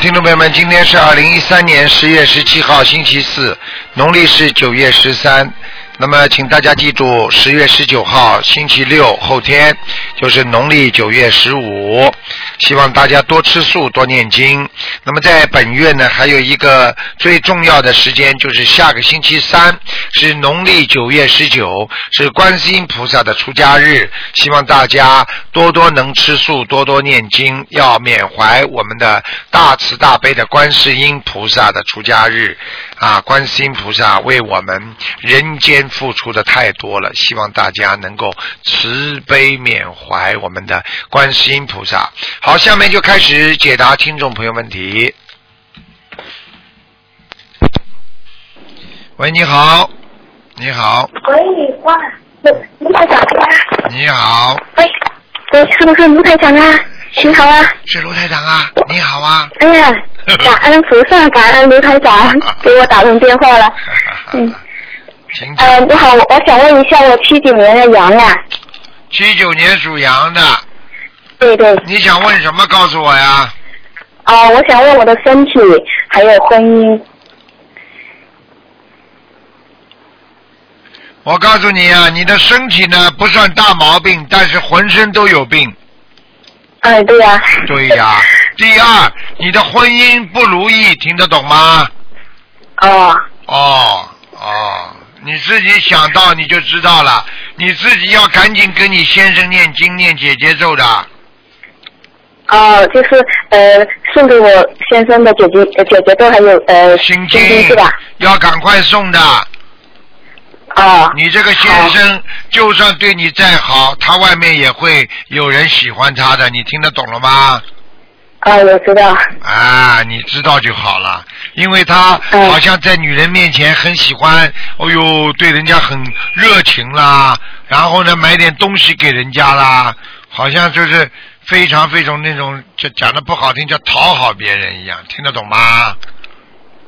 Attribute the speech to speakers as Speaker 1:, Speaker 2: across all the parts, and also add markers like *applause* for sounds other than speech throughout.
Speaker 1: 听众朋友们，今天是二零一三年十月十七号，星期四，农历是九月十三。那么，请大家记住，十月十九号星期六后天就是农历九月十五。希望大家多吃素，多念经。那么在本月呢，还有一个最重要的时间，就是下个星期三是农历九月十九，是观世音菩萨的出家日。希望大家多多能吃素，多多念经，要缅怀我们的大慈大悲的观世音菩萨的出家日。啊，观世音菩萨为我们人间付出的太多了，希望大家能够慈悲缅怀我们的观世音菩萨。好，下面就开始解答听众朋友问题。喂，你好，你好，
Speaker 2: 喂，哇，卢卢台长啊！
Speaker 1: 你好，
Speaker 2: 喂，喂，是不是卢台长啊？你好啊！
Speaker 1: 是卢台长啊，你好啊，
Speaker 2: 哎呀，感恩菩萨，感恩卢台长给我打通电话了。嗯
Speaker 1: 请讲。
Speaker 2: 呃，你好，我我想问一下，我七九年的羊啊，
Speaker 1: 七九年属羊的，
Speaker 2: 对对，
Speaker 1: 你想问什么？告诉我呀。
Speaker 2: 啊、我想问我的身体还有婚姻。
Speaker 1: 我告诉你啊，你的身体呢不算大毛病，但是浑身都有病。
Speaker 2: 哎，对呀、
Speaker 1: 对呀、第二，你的婚姻不如意，听得懂吗？
Speaker 2: *laughs* 哦，
Speaker 1: 哦哦，你自己想到你就知道了，你自己要赶紧跟你先生念经念姐姐咒的。
Speaker 2: 哦，就是呃，送给我先生的姐姐、呃姐姐都还有呃，
Speaker 1: 心
Speaker 2: 经是吧？
Speaker 1: 要赶快送的。
Speaker 2: 哦，
Speaker 1: 你这个先生就算对你再好，他外面也会有人喜欢他的，你听得懂了吗？
Speaker 2: 哦，我知道。
Speaker 1: 啊，你知道就好了，因为他
Speaker 2: 嗯
Speaker 1: 好像在女人面前很喜欢，哦呦，对人家很热情啦，然后呢，买点东西给人家啦，好像就是非常非常那种，就讲的不好听叫讨好别人一样，听得懂吗？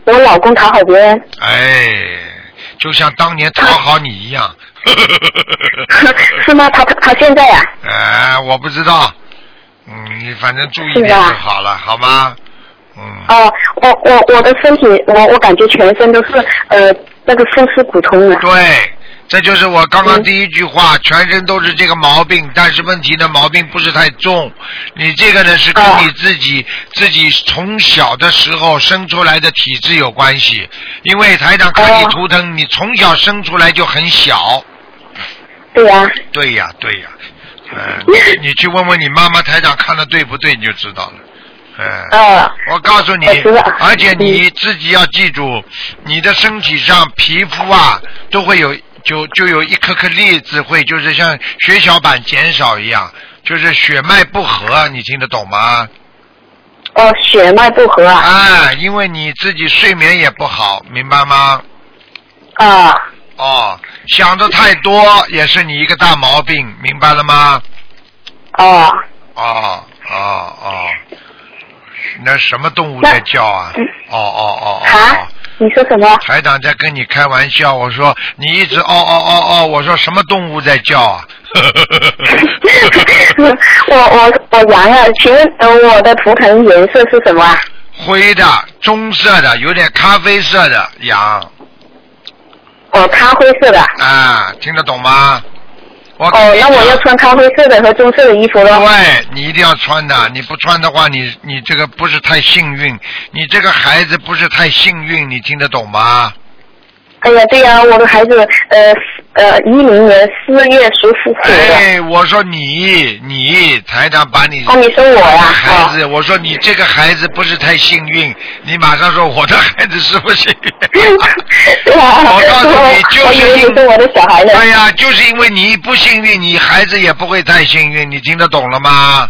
Speaker 2: 我老公讨好别人，
Speaker 1: 哎，就像当年讨好你一
Speaker 2: *laughs*
Speaker 1: 样。
Speaker 2: 是吗？他他他现在啊？
Speaker 1: 哎，我不知道，嗯，你反正注意点
Speaker 2: 是吧
Speaker 1: 就好了，好吗？嗯，
Speaker 2: 哦，我我我的身体，我我感觉全身都是呃那个风湿骨痛啊了。
Speaker 1: 对，这就是我刚刚
Speaker 2: 嗯
Speaker 1: 第一句话，全身都是这个毛病，但是问题呢，毛病不是太重。你这个呢是跟
Speaker 2: 哦
Speaker 1: 你自己、自己从小的时候生出来的体质有关系，因为台长看你
Speaker 2: 哦
Speaker 1: 图腾，你从小生出来就很小。
Speaker 2: 对呀、
Speaker 1: 对呀，对呀，嗯、你你去问问你妈妈台长看的对不对，你就知道了。嗯、
Speaker 2: 呃，
Speaker 1: 我告诉你
Speaker 2: 我知道，
Speaker 1: 而且你
Speaker 2: 嗯
Speaker 1: 自己要记住，你的身体上皮肤啊都会有就就有一颗颗粒子会就是像血小板减少一样，就是血脉不和，你听得懂吗？
Speaker 2: 哦，血脉不和啊。
Speaker 1: 啊，因为你自己睡眠也不好，明白吗？
Speaker 2: 啊、
Speaker 1: 哦，想的太多也是你一个大毛病，明白了吗？
Speaker 2: 哦，
Speaker 1: 哦哦哦，那什么动物在叫啊
Speaker 2: 那嗯？
Speaker 1: 哦哦哦哦
Speaker 2: 啊
Speaker 1: 哦！，
Speaker 2: 你说什么？ *laughs*
Speaker 1: 台长在跟你开玩笑，我说你一直哦哦哦哦，我说什么动物在叫啊？ *laughs*
Speaker 2: 我我我阳了，请问呃我的图腾颜色是什么啊？
Speaker 1: 灰的、棕色的、有点咖啡色的羊
Speaker 2: 哦，咖啡色的。
Speaker 1: 啊，听得懂吗？我跟
Speaker 2: 哦，啊
Speaker 1: 你
Speaker 2: 那我
Speaker 1: 讲
Speaker 2: 要穿咖啡色的和哦棕色的衣服喽。
Speaker 1: 对，你一定要穿的，你不穿的话，你你这个不是太幸运，你这个孩子不是太幸运，你听得懂吗？
Speaker 2: 哎呀，对呀、我的孩子呃呃一零年四月属虎的。
Speaker 1: 哎，我说你你台长把你
Speaker 2: 啊哦，你说我呀、
Speaker 1: 孩
Speaker 2: 哦。
Speaker 1: 子，我说你这个孩子不是太幸运，你马上说我的孩子是不是幸运？
Speaker 2: *laughs* 对啊，
Speaker 1: 我告诉你就是
Speaker 2: 我以为你是我的小孩呢。
Speaker 1: 对哎呀、就是因为你不幸运，你孩子也不会太幸运，你听得懂了吗？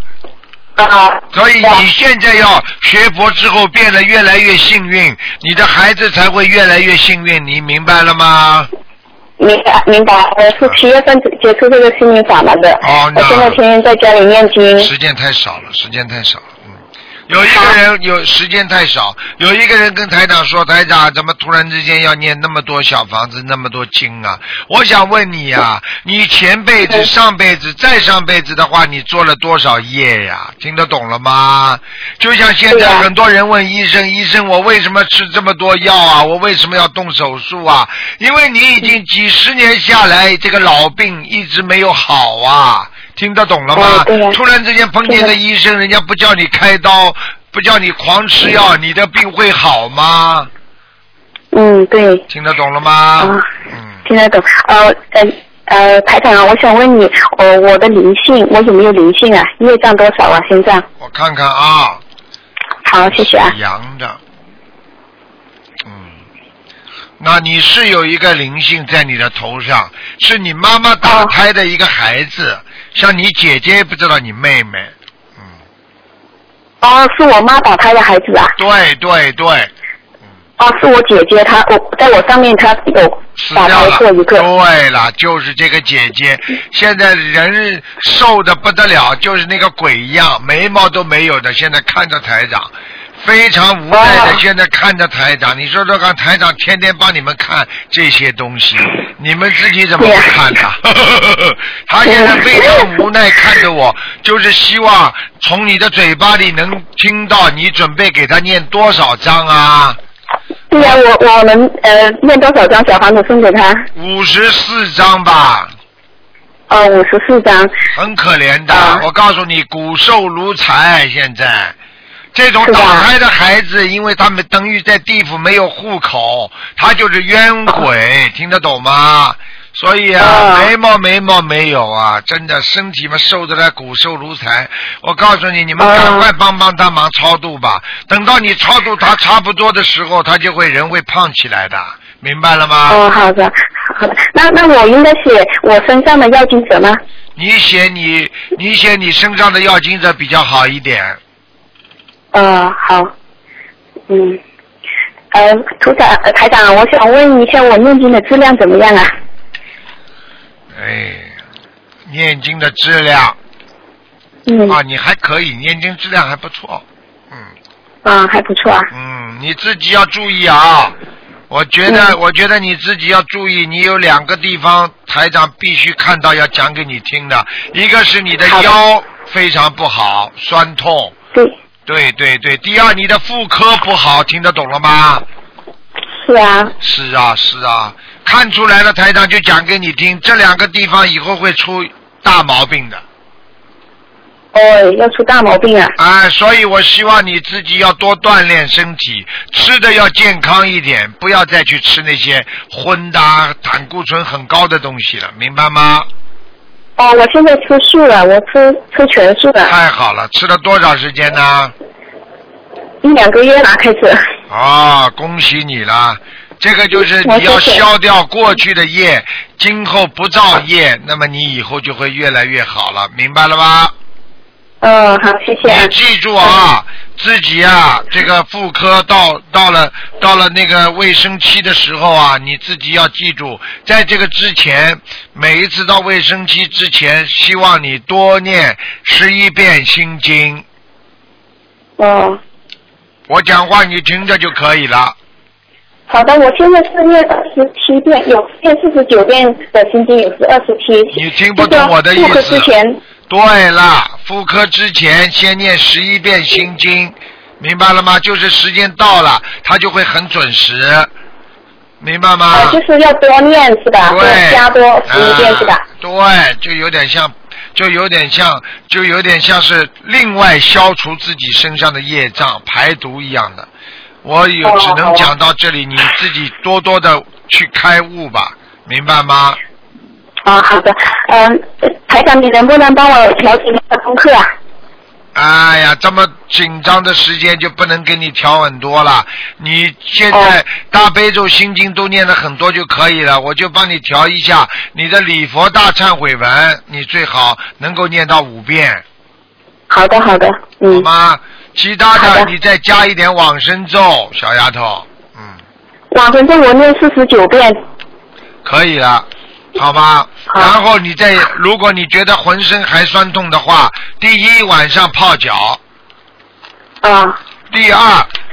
Speaker 2: 啊，
Speaker 1: 所以
Speaker 2: 对啊
Speaker 1: 你现在要学佛之后变得越来越幸运，你的孩子才会越来越幸运，你明白了吗？
Speaker 2: 明白明白，我是七月份接触这个心灵法门的。
Speaker 1: 哦那
Speaker 2: 我现在天天在家里念经。
Speaker 1: 时间太少了，时间太少了，嗯，有一个人有时间太少，有一个人跟台长说：“台长，怎么突然之间要念那么多小房子，那么多经啊？”我想问你呀、你前辈子、
Speaker 2: 嗯
Speaker 1: 上辈子、再上辈子的话，你做了多少业呀、听得懂了吗？就像现
Speaker 2: 对
Speaker 1: 在
Speaker 2: 啊
Speaker 1: 很多人问医生：“医生，我为什么吃这么多药啊？我为什么要动手术啊？”因为你已
Speaker 2: 嗯
Speaker 1: 经几十年下来，这个老病一直没有好啊。听得懂了吗？
Speaker 2: 哦对呀
Speaker 1: 突然之间碰见
Speaker 2: 是
Speaker 1: 个
Speaker 2: 的
Speaker 1: 医生，人家不叫你开刀，不叫你狂吃药，你的病会好吗？
Speaker 2: 嗯，对。
Speaker 1: 听得懂了吗？
Speaker 2: 哦
Speaker 1: 嗯，
Speaker 2: 听得懂。呃呃呃，台长啊，我想问你，呃，我的灵性，我有没有灵性啊？业障多少啊？现在？
Speaker 1: 我看看啊，
Speaker 2: 好，谢谢啊。
Speaker 1: 阳的，嗯，那你是有一个灵性在你的头上，是你妈妈打胎的一个孩子，像你姐姐不知道你妹妹，嗯，
Speaker 2: 哦，是我妈打胎的孩子啊。
Speaker 1: 对对对，
Speaker 2: 哦，是我姐姐，她我在我上面她有
Speaker 1: 死
Speaker 2: 打
Speaker 1: 掉
Speaker 2: 胎
Speaker 1: 了，哦
Speaker 2: 过一个。嗯
Speaker 1: 对了，就是这个姐姐，现在人瘦的不得了，就是那个鬼一样，眉毛都没有的。现在看着台长，非常无奈的。
Speaker 2: 哦
Speaker 1: 现在看着台长，你说说看，台长天天帮你们看这些东西，你们自己怎么不看呢？ *laughs* 他现在非常无奈看着我，就是希望从你的嘴巴里能听到你准备给他念多少章啊？
Speaker 2: 对呀、我我能呃念多少张小房子送给她？
Speaker 1: 五十四章吧。
Speaker 2: 呃，五十四张。
Speaker 1: 很可怜的，
Speaker 2: 啊
Speaker 1: 我告诉你，骨瘦如柴。现在这种
Speaker 2: 是吧
Speaker 1: 打胎的孩子，因为他们等于在地府没有户口，他就是冤鬼，听得懂吗？所以啊，
Speaker 2: 啊
Speaker 1: 眉毛眉毛没有啊，真的身体嘛瘦的来骨瘦如柴。我告诉你，你们
Speaker 2: 啊
Speaker 1: 赶快帮帮他忙超度吧。等到你超度他差不多的时候，他就会人会胖起来的，明白了吗？
Speaker 2: 哦，好的，好的。那那我应该写我身上的药精者吗？
Speaker 1: 你写你你写你身上的药精者比较好一点。
Speaker 2: 呃，好，嗯，呃，图长、呃、台长，我想问一下我念经的质量怎么样啊？
Speaker 1: 哎，念经的质量
Speaker 2: 嗯，
Speaker 1: 啊，你还可以，念经质量还不错。嗯
Speaker 2: 啊，还不错啊。
Speaker 1: 嗯，你自己要注意啊。我觉得，
Speaker 2: 嗯
Speaker 1: 我觉得你自己要注意，你有两个地方台长必须看到要讲给你听的，一个是你的
Speaker 2: 好的
Speaker 1: 腰非常不好，酸痛，
Speaker 2: 对，
Speaker 1: 对对对。第二，你的妇科不好，听得懂了吗？
Speaker 2: 是啊，
Speaker 1: 是啊，是啊，看出来了，台长就讲给你听，这两个地方以后会出大毛病的。
Speaker 2: 哦，要出大毛病啊。
Speaker 1: 啊，所以我希望你自己要多锻炼身体，吃的要健康一点，不要再去吃那些荤的啊、胆固醇很高的东西了，明白吗？
Speaker 2: 哦，我现在吃素了，我吃吃全素了，
Speaker 1: 太好了，吃了多少时间呢？
Speaker 2: 一两个月啦开始。
Speaker 1: 啊，恭喜你了！这个就是
Speaker 2: 我
Speaker 1: 你要
Speaker 2: 谢谢
Speaker 1: 消掉过去的业，今后不造业，那么你以后就会越来越好了，明白了吧？
Speaker 2: 嗯，好，谢谢啊
Speaker 1: 你。记住啊，自己啊，这个妇科到到了到了那个卫生期的时候啊，你自己要记住，在这个之前，每一次到卫生期之前，希望你多念十一遍心经。
Speaker 2: 哦，
Speaker 1: 我讲话你听着就可以了。
Speaker 2: 好的，我现在是念二十七遍，有念四十九遍的心经，有时二十七。
Speaker 1: 你听不懂我的意思
Speaker 2: 就是复刻之前，
Speaker 1: 对了，妇科之前先念十一遍心经，明白了吗？就是时间到了，它就会很准时，明白吗？
Speaker 2: 呃，就是要多念是吧？
Speaker 1: 啊对，
Speaker 2: 啊加多十一遍是吧？
Speaker 1: 啊对，就有点像，就有点像，就有点像是另外消除自己身上的业障、排毒一样的。我有
Speaker 2: 哦
Speaker 1: 只能
Speaker 2: 好
Speaker 1: 讲到这里，你自己多多的去开悟吧，明白吗？
Speaker 2: 啊，好的，嗯、台长，你能不能帮我调整一下功课啊？
Speaker 1: 哎呀，这么紧张的时间就不能给你调很多了。你现在
Speaker 2: 哦
Speaker 1: 大悲咒、心经都念了很多就可以了，我就帮你调一下你的礼佛大忏悔文，你最好能够念到五遍。
Speaker 2: 好的，好的，
Speaker 1: 好
Speaker 2: 嗯，
Speaker 1: 吗？其他
Speaker 2: 好
Speaker 1: 的
Speaker 2: 的
Speaker 1: 你再加一点往生咒，小丫头，嗯，
Speaker 2: 往生咒我念四十九遍，
Speaker 1: 可以了，好吗？
Speaker 2: 好
Speaker 1: 然后你再，如果你觉得浑身还酸痛的话，第一晚上泡脚，
Speaker 2: 啊
Speaker 1: 第二，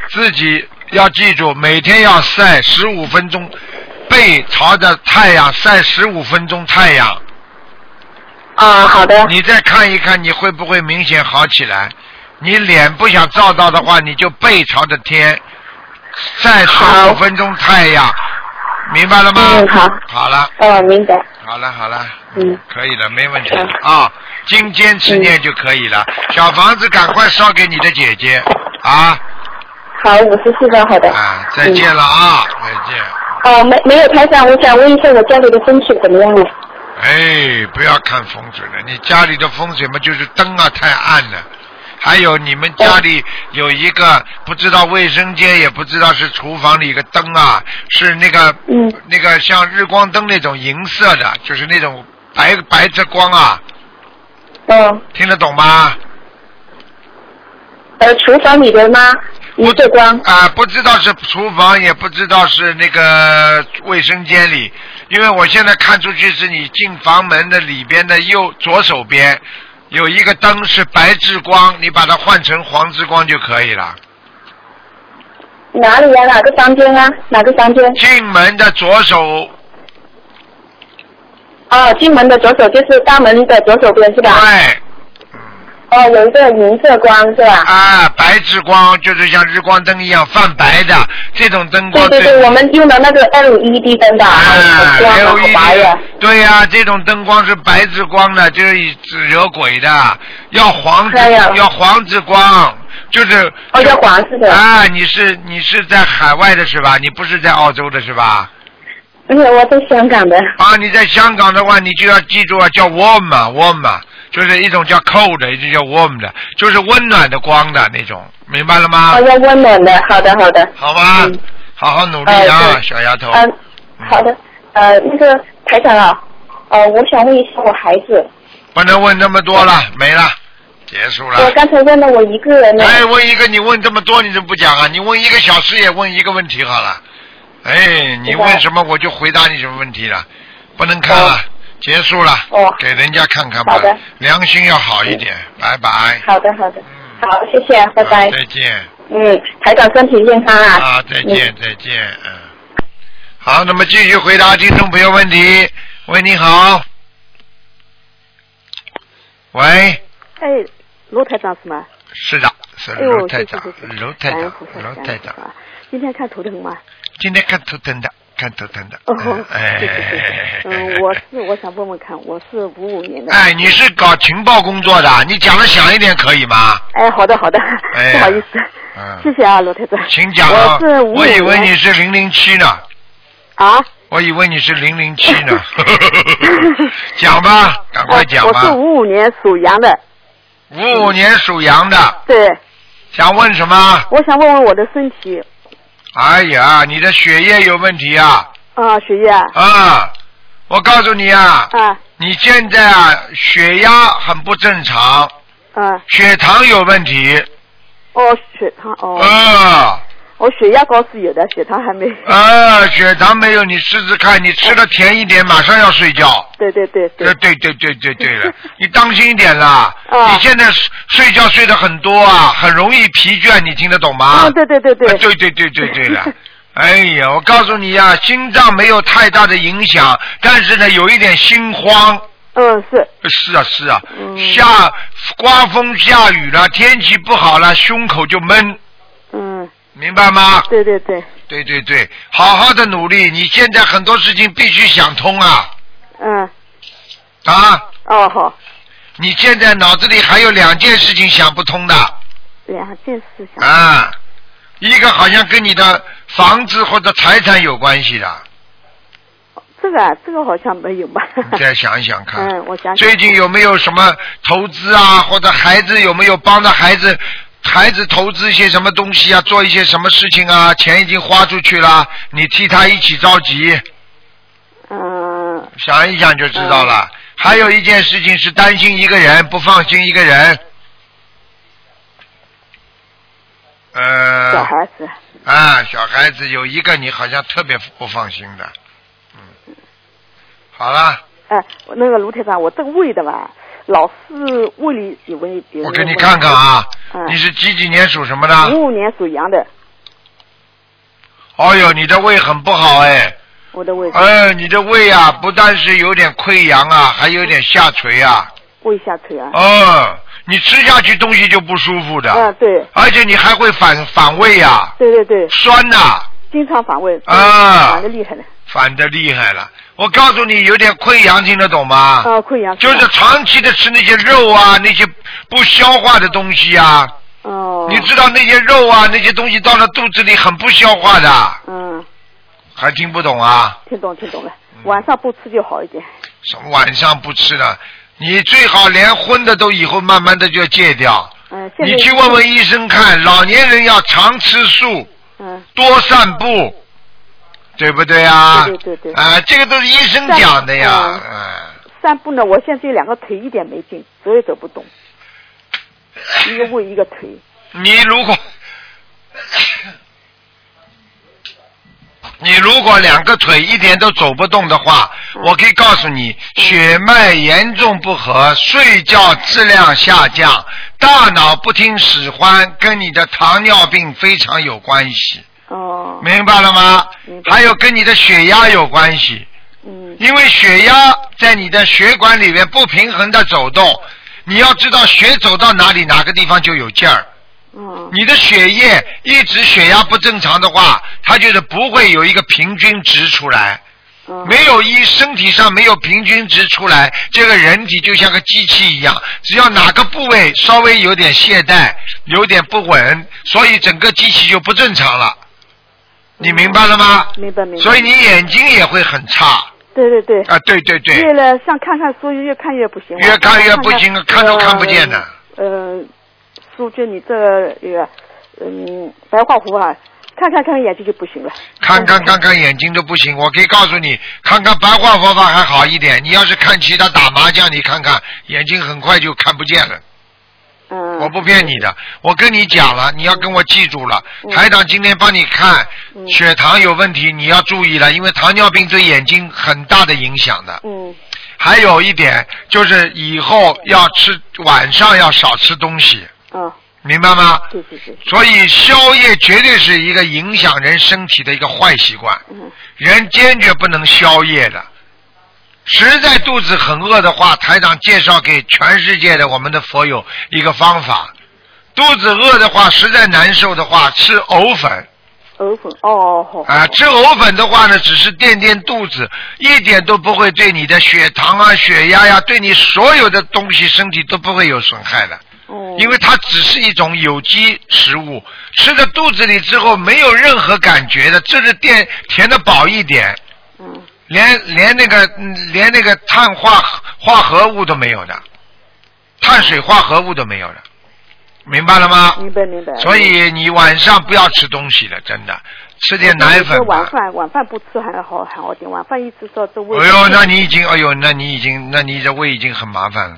Speaker 1: 自己要记住，每天要晒十五分钟，背朝着太阳晒十五分钟太阳。
Speaker 2: 啊，好的，
Speaker 1: 你再看一看，你会不会明显好起来？你脸不想照到的话，你就背朝着天，晒十
Speaker 2: 好
Speaker 1: 五分钟太阳，明白了吗？
Speaker 2: 嗯好
Speaker 1: 好了，
Speaker 2: 哦，明白，
Speaker 1: 好了，好了，
Speaker 2: 嗯，
Speaker 1: 可以了，没问题
Speaker 2: 嗯
Speaker 1: 啊。今天吃念就可以了。小房子赶快烧给你的姐姐啊
Speaker 2: 好，五十四张，好的，
Speaker 1: 啊！再见了啊，再见。
Speaker 2: 哦，没没有台长，我想问一下我家里的风水怎么样了？啊
Speaker 1: 哎，不要看风水了，你家里的风水嘛，就是灯啊太暗了，还有你们家里有一个不知道卫生间也不知道是厨房里一个灯啊，是那个
Speaker 2: 嗯，
Speaker 1: 那个像日光灯那种银色的，就是那种白白着光啊，
Speaker 2: 哦，
Speaker 1: 听得懂吗？
Speaker 2: 呃，厨房里的吗？一个光，
Speaker 1: 啊、不知道是厨房，也不知道是那个卫生间里，因为我现在看出去是你进房门的里边的右左手边有一个灯是白之光，你把它换成黄之光就可以了。
Speaker 2: 哪里呀、哪个房间啊？哪个房间？
Speaker 1: 进门的左手，
Speaker 2: 哦，进门的左手就是大门的左手边是
Speaker 1: 对，
Speaker 2: 吧？哦，有一个银色光是吧？
Speaker 1: 啊，白之光就是像日光灯一样泛白的，这种灯光
Speaker 2: 对对对，我们用的那个 LED 灯的，
Speaker 1: 啊
Speaker 2: 好光啊，好白呀、
Speaker 1: ，LED，对呀、这种灯光是白之光的，就是以惹鬼的，要黄之、
Speaker 2: 哎呀
Speaker 1: 要黄之光，就是
Speaker 2: 哦，叫黄色的。
Speaker 1: 啊，你是你是在海外的是吧？你不是在澳洲的是吧？
Speaker 2: 没有，我在香港的。
Speaker 1: 啊，你在香港的话，你就要记住啊，叫 warm 啊 warm 啊，就是一种叫 cold 的，一种叫 warm 的，就是温暖的光的那种，明白了吗
Speaker 2: 哦，？要温暖的，好的，好的。
Speaker 1: 好吧，
Speaker 2: 嗯
Speaker 1: 好好努力
Speaker 2: 哎
Speaker 1: 啊，
Speaker 2: 对
Speaker 1: 小丫头。
Speaker 2: 嗯，好的。呃，那个台长啊，呃，我想问一下我孩子，
Speaker 1: 不能问那么多了，没了，结束了。
Speaker 2: 我刚才问了我一个人呢。
Speaker 1: 哎，问一个，你问这么多，你怎么不讲啊？你问一个小时也问一个问题好了。哎，你问什么我就回答你什么问题了，不能看了
Speaker 2: 哦，
Speaker 1: 结束了
Speaker 2: 哦，
Speaker 1: 给人家看看吧
Speaker 2: 好的，
Speaker 1: 良心要好一点，拜拜。
Speaker 2: 好的，好的
Speaker 1: 嗯。
Speaker 2: 好，谢谢，拜拜
Speaker 1: 啊。再见
Speaker 2: 嗯，台长身体健康啊。
Speaker 1: 啊，再见
Speaker 2: 嗯。，
Speaker 1: 再见，嗯。好，那么继续回答听众朋友问题。喂，你好。喂，
Speaker 3: 哎，罗台长是吗？
Speaker 1: 是的，是
Speaker 3: 哎呦，
Speaker 1: 卢
Speaker 3: 谢
Speaker 1: 呃台
Speaker 3: 谢
Speaker 1: 长
Speaker 3: 谢谢，，
Speaker 1: 卢台
Speaker 3: 感恩
Speaker 1: 长
Speaker 3: 菩萨，
Speaker 1: 卢
Speaker 3: 感
Speaker 1: 台
Speaker 3: 恩
Speaker 1: 长
Speaker 3: 菩。萨。今天看图腾吗？
Speaker 1: 今天看头疼的，看头疼的。
Speaker 3: 哦，
Speaker 1: 嗯
Speaker 3: 谢谢谢谢。嗯，我是
Speaker 1: *laughs*
Speaker 3: 我想问问看，我是五五年的。
Speaker 1: 哎，你是搞情报工作的，你讲的响一点可以吗？
Speaker 3: 哎，好的好的，
Speaker 1: 哎
Speaker 3: 不好意思
Speaker 1: 嗯，
Speaker 3: 谢谢啊，罗台长。
Speaker 1: 请讲啊
Speaker 3: 我是！五五
Speaker 1: 我以
Speaker 3: 年。
Speaker 1: 为你是零零七呢，
Speaker 3: 啊。
Speaker 1: 我以为你是零零七
Speaker 3: *laughs*
Speaker 1: 呢。讲吧，赶快讲
Speaker 3: 啊我
Speaker 1: 吧
Speaker 3: 是。五五年属羊的，
Speaker 1: 五五年属羊的，
Speaker 3: 对，
Speaker 1: 想问什么？
Speaker 3: 我想问问我的身体
Speaker 1: 哎呀，你的血液有问题啊！
Speaker 3: 啊，血液啊，
Speaker 1: 啊，我告诉你啊，
Speaker 3: 啊
Speaker 1: 你现在啊血压很不正常，
Speaker 3: 啊，
Speaker 1: 血糖有问题。
Speaker 3: 哦，血糖哦，
Speaker 1: 啊
Speaker 3: 我血压高是有的，血糖还没。
Speaker 1: 啊，血糖没有，你试试看，你吃的甜一点，马上要睡觉。
Speaker 3: 对对对对
Speaker 1: 呃，。对对对对对
Speaker 3: *laughs*
Speaker 1: 了，你当心一点啦！
Speaker 3: 啊
Speaker 1: 你现在睡睡觉睡得很多啊，很容易疲倦，你听得懂吗？
Speaker 3: 啊，对对对对
Speaker 1: 啊。对对对对对
Speaker 3: *laughs*
Speaker 1: 了。哎呀，我告诉你呀、心脏没有太大的影响，但是呢，有一点心慌。
Speaker 3: 嗯，是。
Speaker 1: 是啊是啊，
Speaker 3: 嗯
Speaker 1: 下刮风下雨了，天气不好了，胸口就闷，
Speaker 3: 嗯，
Speaker 1: 明白吗？
Speaker 3: 对对对，
Speaker 1: 对对对，好好的努力，你现在很多事情必须想通啊
Speaker 3: 嗯，
Speaker 1: 啊！
Speaker 3: 哦好，
Speaker 1: 你现在脑子里还有两件事情想不通的
Speaker 3: 两件事情。
Speaker 1: 啊，一个好像跟你的房子或者财产有关系的，
Speaker 3: 这个啊，这个好像没有吧？
Speaker 1: 你再想一想看。
Speaker 3: *laughs* 嗯，我想想
Speaker 1: 最近有没有什么投资啊，或者孩子有没有帮着孩子？孩子投资一些什么东西啊，做一些什么事情啊，钱已经花出去了，你替他一起着急，
Speaker 3: 嗯
Speaker 1: 想一想就知道了。还有一件事情是担心一个人，不放心一个人。呃，
Speaker 3: 小孩子，
Speaker 1: 啊，小孩子有一个你好像特别不放心的，嗯，好了，
Speaker 3: 哎、那个卢台长，我这个胃的吧，老是问你几问别
Speaker 1: 我
Speaker 3: 人。
Speaker 1: 给你看看啊，
Speaker 3: 嗯
Speaker 1: 你啊是几几年属什么的？
Speaker 3: 五五年属羊的，
Speaker 1: 哦呦，你的胃很不好哎，
Speaker 3: 我的胃
Speaker 1: 哎，你的胃啊，不但是有点溃疡啊，还有点下垂啊，
Speaker 3: 胃下垂啊。
Speaker 1: 哦，你吃下去东西就不舒服的，
Speaker 3: 嗯，对，
Speaker 1: 而且你还会反反胃呀、
Speaker 3: 对对对，
Speaker 1: 酸呐、
Speaker 3: 经常反胃，
Speaker 1: 啊
Speaker 3: 反的厉害的。
Speaker 1: 反的厉害了。我告诉你，有点溃疡，听得懂吗？
Speaker 3: 啊，溃疡。
Speaker 1: 就是长期的吃那些肉啊，那些不消化的东西啊，
Speaker 3: 哦。
Speaker 1: 你知道那些肉啊，那些东西到了肚子里很不消化的，
Speaker 3: 嗯，
Speaker 1: 还听不懂啊？
Speaker 3: 听懂听懂了，
Speaker 1: 嗯
Speaker 3: 晚上不吃就好一点。
Speaker 1: 什么晚上不吃了？你最好连荤的都以后慢慢的就要戒掉。
Speaker 3: 嗯，现在
Speaker 1: 你去问问医生看，老年人要常吃素，
Speaker 3: 嗯，
Speaker 1: 多散步，对不对啊？
Speaker 3: 对对对对
Speaker 1: 啊，这个都是医生讲的呀，
Speaker 3: 散
Speaker 1: 嗯、
Speaker 3: 散步呢，我现在两个腿一点没劲，走也走不动，一个胃一个腿。
Speaker 1: 你如果， *coughs* 你如果两个腿一点都走不动的话，
Speaker 3: 嗯
Speaker 1: 我可以告诉你，血脉严重不和，睡觉质量下降，大脑不听使唤，跟你的糖尿病非常有关系，
Speaker 3: 哦，
Speaker 1: 明白了吗
Speaker 3: 明？白
Speaker 1: 还有跟你的血压有关系，
Speaker 3: 嗯
Speaker 1: 因为血压在你的血管里面不平衡的走动，你要知道血走到哪里，哪个地方就有劲儿。
Speaker 3: 嗯
Speaker 1: 你的血液一直血压不正常的话，它就是不会有一个平均值出来。
Speaker 3: 嗯，
Speaker 1: 没有一身体上没有平均值出来，这个人体就像个机器一样，只要哪个部位稍微有点懈怠，有点不稳，所以整个机器就不正常了。你明白了吗？
Speaker 3: 明白明白。
Speaker 1: 所以你眼睛也会很差
Speaker 3: 对对对，
Speaker 1: 啊！对对对，
Speaker 3: 越了像看看书越看越不行，
Speaker 1: 越看越不行
Speaker 3: 我
Speaker 1: 看都看不见的。
Speaker 3: 呃，呃书就你这个，呃嗯，白话湖啊，看看看眼睛就不行了。
Speaker 1: 看看看看眼睛都不行，我可以告诉你，看看白话佛法还好一点。你要是看其他打麻将，你看看眼睛很快就看不见了。
Speaker 3: 嗯，
Speaker 1: 我不骗你的，我跟你讲了，你要跟我记住了。
Speaker 3: 嗯
Speaker 1: 台长今天帮你看
Speaker 3: 嗯
Speaker 1: 血糖有问题，你要注意了，因为糖尿病对眼睛很大的影响的。
Speaker 3: 嗯
Speaker 1: 还有一点就是以后要吃晚上要少吃东西，
Speaker 3: 啊，
Speaker 1: 明白吗？
Speaker 3: 对对对，
Speaker 1: 所以宵夜绝对是一个影响人身体的一个坏习惯。
Speaker 3: 嗯
Speaker 1: 人坚决不能宵夜的。实在肚子很饿的话，台长介绍给全世界的我们的佛友一个方法：肚子饿的话，实在难受的话，吃藕粉
Speaker 3: 藕粉哦好
Speaker 1: 啊、吃藕粉的话呢，只是垫垫肚子，一点都不会对你的血糖啊、血压呀、对你所有的东西身体都不会有损害的。
Speaker 3: 哦，
Speaker 1: 因为它只是一种有机食物，吃在肚子里之后没有任何感觉的，这是垫填的饱一点，
Speaker 3: 嗯
Speaker 1: 连连那个嗯连那个碳化化合物都没有的，碳水化合物都没有的，明白了吗？
Speaker 3: 明白明白，
Speaker 1: 所以你晚上不要吃东西了，真的，吃点奶粉
Speaker 3: 有时候晚
Speaker 1: 吧。
Speaker 3: 饭晚饭不吃还好还好点，晚饭一吃到这胃。
Speaker 1: 哎呦，那你已经，哎呦，那你已经，那你这胃已经很麻烦了，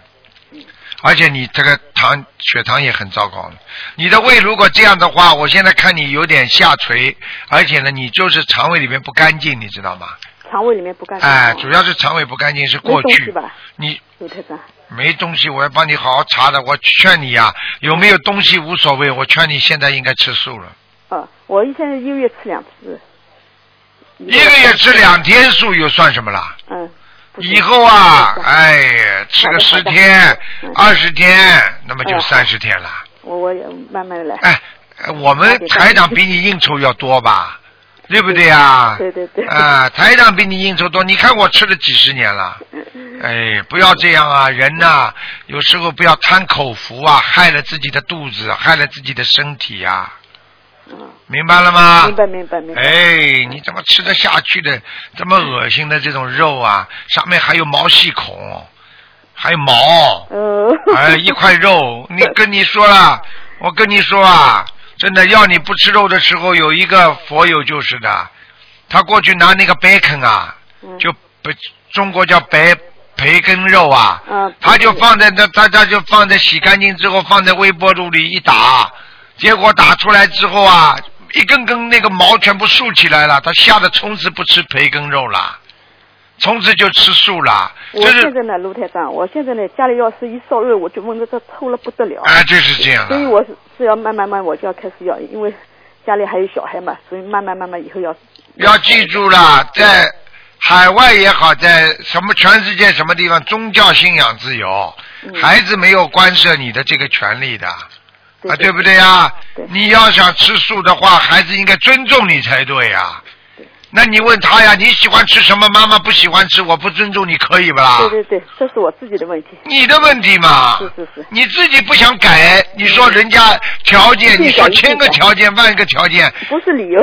Speaker 1: 而且你这个糖血糖也很糟糕了。你的胃如果这样的话，我现在看你有点下垂，而且呢，你就是肠胃里面不干净，你知道吗？
Speaker 3: 肠胃里面不干净。
Speaker 1: 哎，主要是肠胃不干净是
Speaker 3: 哎没
Speaker 1: 过
Speaker 3: 东西
Speaker 1: 去，
Speaker 3: 吧，
Speaker 1: 你
Speaker 3: 刘台长。
Speaker 1: 没东西，我要帮你好好查的。我劝你呀、有没有东西无所谓，我劝你现在应该吃素了。
Speaker 3: 呃，我现在一个月吃两次。一
Speaker 1: 一个月吃。两天素又算什么啦？
Speaker 3: 嗯。不是
Speaker 1: 以后啊
Speaker 3: 不，是
Speaker 1: 哎呀，吃个
Speaker 3: 好
Speaker 1: 十
Speaker 3: 的
Speaker 1: 天
Speaker 3: 嗯、
Speaker 1: 二十天，那么就
Speaker 3: 哎
Speaker 1: 三十天了。
Speaker 3: 我我也慢慢来。
Speaker 1: 哎，我们台长比你应酬要多吧？对不对呀？
Speaker 3: 对对对
Speaker 1: 啊，台长比你应酬多，你看我吃了几十年了。
Speaker 3: 嗯
Speaker 1: 哎，不要这样啊，人呐、有时候不要贪口福啊，害了自己的肚子，害了自己的身体啊，
Speaker 3: 嗯，
Speaker 1: 明白了吗？
Speaker 3: 明白明白明白。
Speaker 1: 啊哎，你怎么吃得下去的这么恶心的这种肉啊？上面还有毛细孔，还有毛，
Speaker 3: 呃。 *laughs*
Speaker 1: 哎，一块肉，你跟你说了，我跟你说啊，真的要你不吃肉的时候，有一个佛友就是的，他过去拿那个 bacon 啊，
Speaker 3: 嗯
Speaker 1: 就不中国叫白培根肉啊，
Speaker 3: 嗯
Speaker 1: 他就放在那，他他就放在洗干净之后放在微波炉里一打，结果打出来之后啊，一根根那个毛全部竖起来了，他吓得从此不吃培根肉了。从此就吃素了，
Speaker 3: 我
Speaker 1: 这
Speaker 3: 现
Speaker 1: 是
Speaker 3: 在呢，卢台长，我现在呢，家里要是一烧肉，我就闷得这臭了不得了。
Speaker 1: 啊，就是这样
Speaker 3: 所以
Speaker 1: 的。
Speaker 3: 我是是要慢慢慢，我就要开始要，因为家里还有小孩嘛，所以慢慢慢慢以后要。
Speaker 1: 要记住了，在海外也好，在什么全世界什么地方，宗教信仰自由，
Speaker 3: 嗯
Speaker 1: 孩子没有干涉你的这个权利的。啊，对
Speaker 3: 对
Speaker 1: 不对呀、
Speaker 3: 对
Speaker 1: 你要想吃素的话，孩子应该尊重你才对呀、那你问他呀，你喜欢吃什么？妈妈不喜欢吃，我不尊重你可以不啦？
Speaker 3: 对对对，这是我自己的问题。
Speaker 1: 你的问题嘛。
Speaker 3: 是是是
Speaker 1: 你自己不想改，你说人家条件，
Speaker 3: 嗯
Speaker 1: 你说
Speaker 3: 一定改
Speaker 1: 千个
Speaker 3: 一定改
Speaker 1: 条件万个条件，
Speaker 3: 不是理由。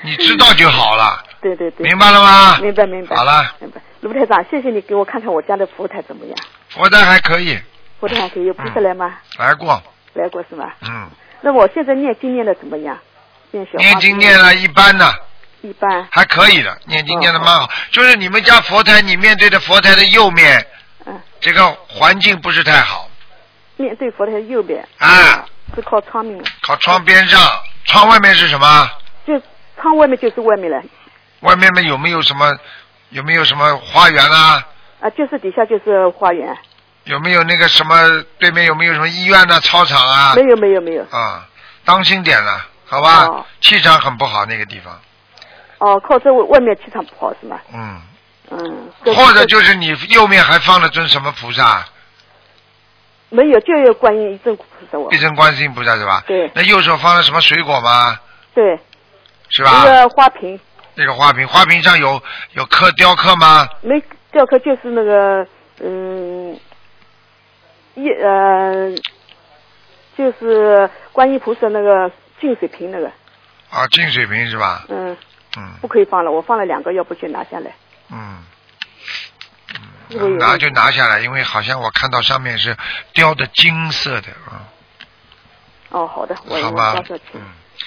Speaker 1: 你知道就好了，
Speaker 3: *laughs* 对对嗯对，
Speaker 1: 明白了吗？
Speaker 3: 明白明白。
Speaker 1: 好了，
Speaker 3: 明白。卢台长，谢谢你给我看看我家的佛台怎么样？
Speaker 1: 佛台还可以，
Speaker 3: 佛台还可以有菩萨来吗？
Speaker 1: 来过，
Speaker 3: 来过是吗？
Speaker 1: 嗯，
Speaker 3: 那我现在念经念的怎么样？念小
Speaker 1: 念
Speaker 3: 花
Speaker 1: 经
Speaker 3: 子
Speaker 1: 念了一般呢，
Speaker 3: 一般，
Speaker 1: 还可以的，念经念的蛮好。就是你们家佛台，你面对的佛台的右面，
Speaker 3: 嗯，
Speaker 1: 这个环境不是太好
Speaker 3: 面对佛台的右边
Speaker 1: 啊，
Speaker 3: 是靠窗明，
Speaker 1: 靠窗边上，窗外面是什么？
Speaker 3: 就窗外面就是外面了
Speaker 1: 外面面有没有什么？有没有什么花园啊？
Speaker 3: 啊，就是底下就是花园，
Speaker 1: 有没有那个什么？对面有没有什么医院呐、操场啊
Speaker 3: 没？有没有没有，
Speaker 1: 啊，当心点了，好吧？
Speaker 3: 哦
Speaker 1: 气场很不好那个地方，
Speaker 3: 哦，靠这外面气场不好是吗？
Speaker 1: 嗯。
Speaker 3: 嗯，这
Speaker 1: 或者就是你右面还放了尊什么菩萨？
Speaker 3: 没有，就有观音一阵菩萨我
Speaker 1: 一，尊观世音菩萨是吧？
Speaker 3: 对
Speaker 1: 那右手放了什么水果吗？
Speaker 3: 对，
Speaker 1: 是
Speaker 3: 一
Speaker 1: 吧？
Speaker 3: 个花瓶
Speaker 1: 那个花瓶，花瓶上有有刻雕刻吗？
Speaker 3: 没雕刻，就是那个嗯，一呃，就是观音菩萨那个净水瓶那个，
Speaker 1: 啊，净水瓶是吧？
Speaker 3: 嗯，
Speaker 1: 嗯
Speaker 3: 不可以放了，我放了两个，要不就拿下来。
Speaker 1: 嗯。
Speaker 3: 是不是有
Speaker 1: 拿
Speaker 3: 问
Speaker 1: 就
Speaker 3: 题
Speaker 1: 拿下来，因为好像我看到上面是雕的金色的啊、
Speaker 3: 哦，好的，我
Speaker 1: 好
Speaker 3: 我
Speaker 1: 吧
Speaker 3: 到时候？去
Speaker 1: 嗯。，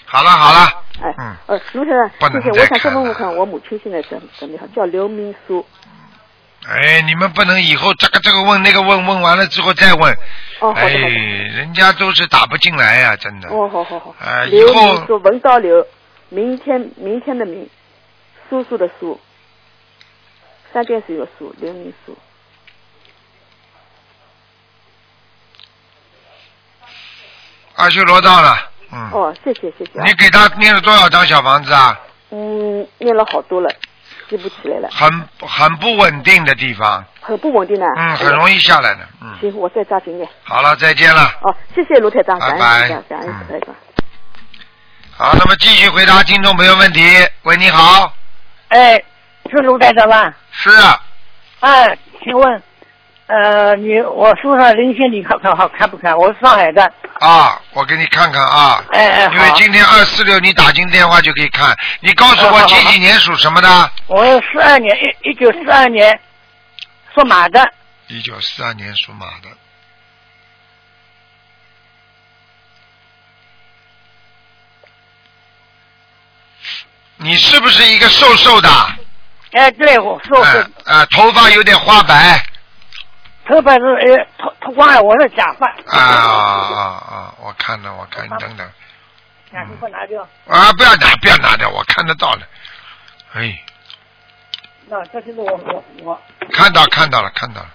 Speaker 1: 好了好了，
Speaker 3: 哎，
Speaker 1: 嗯，
Speaker 3: 呃，卢先
Speaker 1: 不
Speaker 3: 生，
Speaker 1: 能
Speaker 3: 谢谢。
Speaker 1: 再
Speaker 3: 我想再
Speaker 1: 看
Speaker 3: 问问
Speaker 1: 了
Speaker 3: 看，我母亲现在怎怎么样？叫刘明淑。
Speaker 1: 哎，你们不能以后这个这个问那个问，问完了之后再问，
Speaker 3: 哦，好的
Speaker 1: 哎，
Speaker 3: 好的。
Speaker 1: 人家都是打不进来呀、真的。
Speaker 3: 哦，好好好。
Speaker 1: 哎以
Speaker 3: 刘
Speaker 1: 后
Speaker 3: 明淑，文高刘，明天明天的明，叔叔的叔，三点水的叔，刘明淑。
Speaker 1: 阿修罗到了，嗯，
Speaker 3: 哦，谢谢谢谢啊
Speaker 1: 你。给他念了多少张小房子啊？
Speaker 3: 嗯，念了好多了，记不起来了，
Speaker 1: 很很不稳定的地方，
Speaker 3: 很不稳定呢。
Speaker 1: 嗯，很容易下来的，嗯。
Speaker 3: 行，我再抓紧点。
Speaker 1: 好了，再见了。
Speaker 3: 哦，谢谢卢台长，感
Speaker 1: 拜
Speaker 3: 恩
Speaker 1: 拜嗯
Speaker 3: 感恩感恩台长。
Speaker 1: 好，那么继续回答听众朋友问题。喂，你好，
Speaker 4: 哎，是卢台长吧？
Speaker 1: 是啊
Speaker 4: 哎，请问，呃，你我书上灵性你看看好看不看？我是上海的，
Speaker 1: 啊，我给你看看啊，
Speaker 4: 哎哎
Speaker 1: 因为
Speaker 4: 好，
Speaker 1: 今天二四六你打进电话就可以看。你告诉我
Speaker 4: 嗯好
Speaker 1: 几
Speaker 4: 好
Speaker 1: 几年属什么的？
Speaker 4: 我是四二年一一九四二年属马的，
Speaker 1: 一九四二年属马的。你是不是一个瘦瘦的？
Speaker 4: 哎，对，我是我是、
Speaker 1: 啊、啊头发有点花白
Speaker 4: 头发是呃脱脱光了，我是假发，
Speaker 1: 啊啊啊！我看了，我看，你等等
Speaker 4: 假发给我拿掉，
Speaker 1: 啊！不要拿，不要拿掉，我看得到了。哎，
Speaker 4: 那这就是我我我，
Speaker 1: 看到看到了，看到了。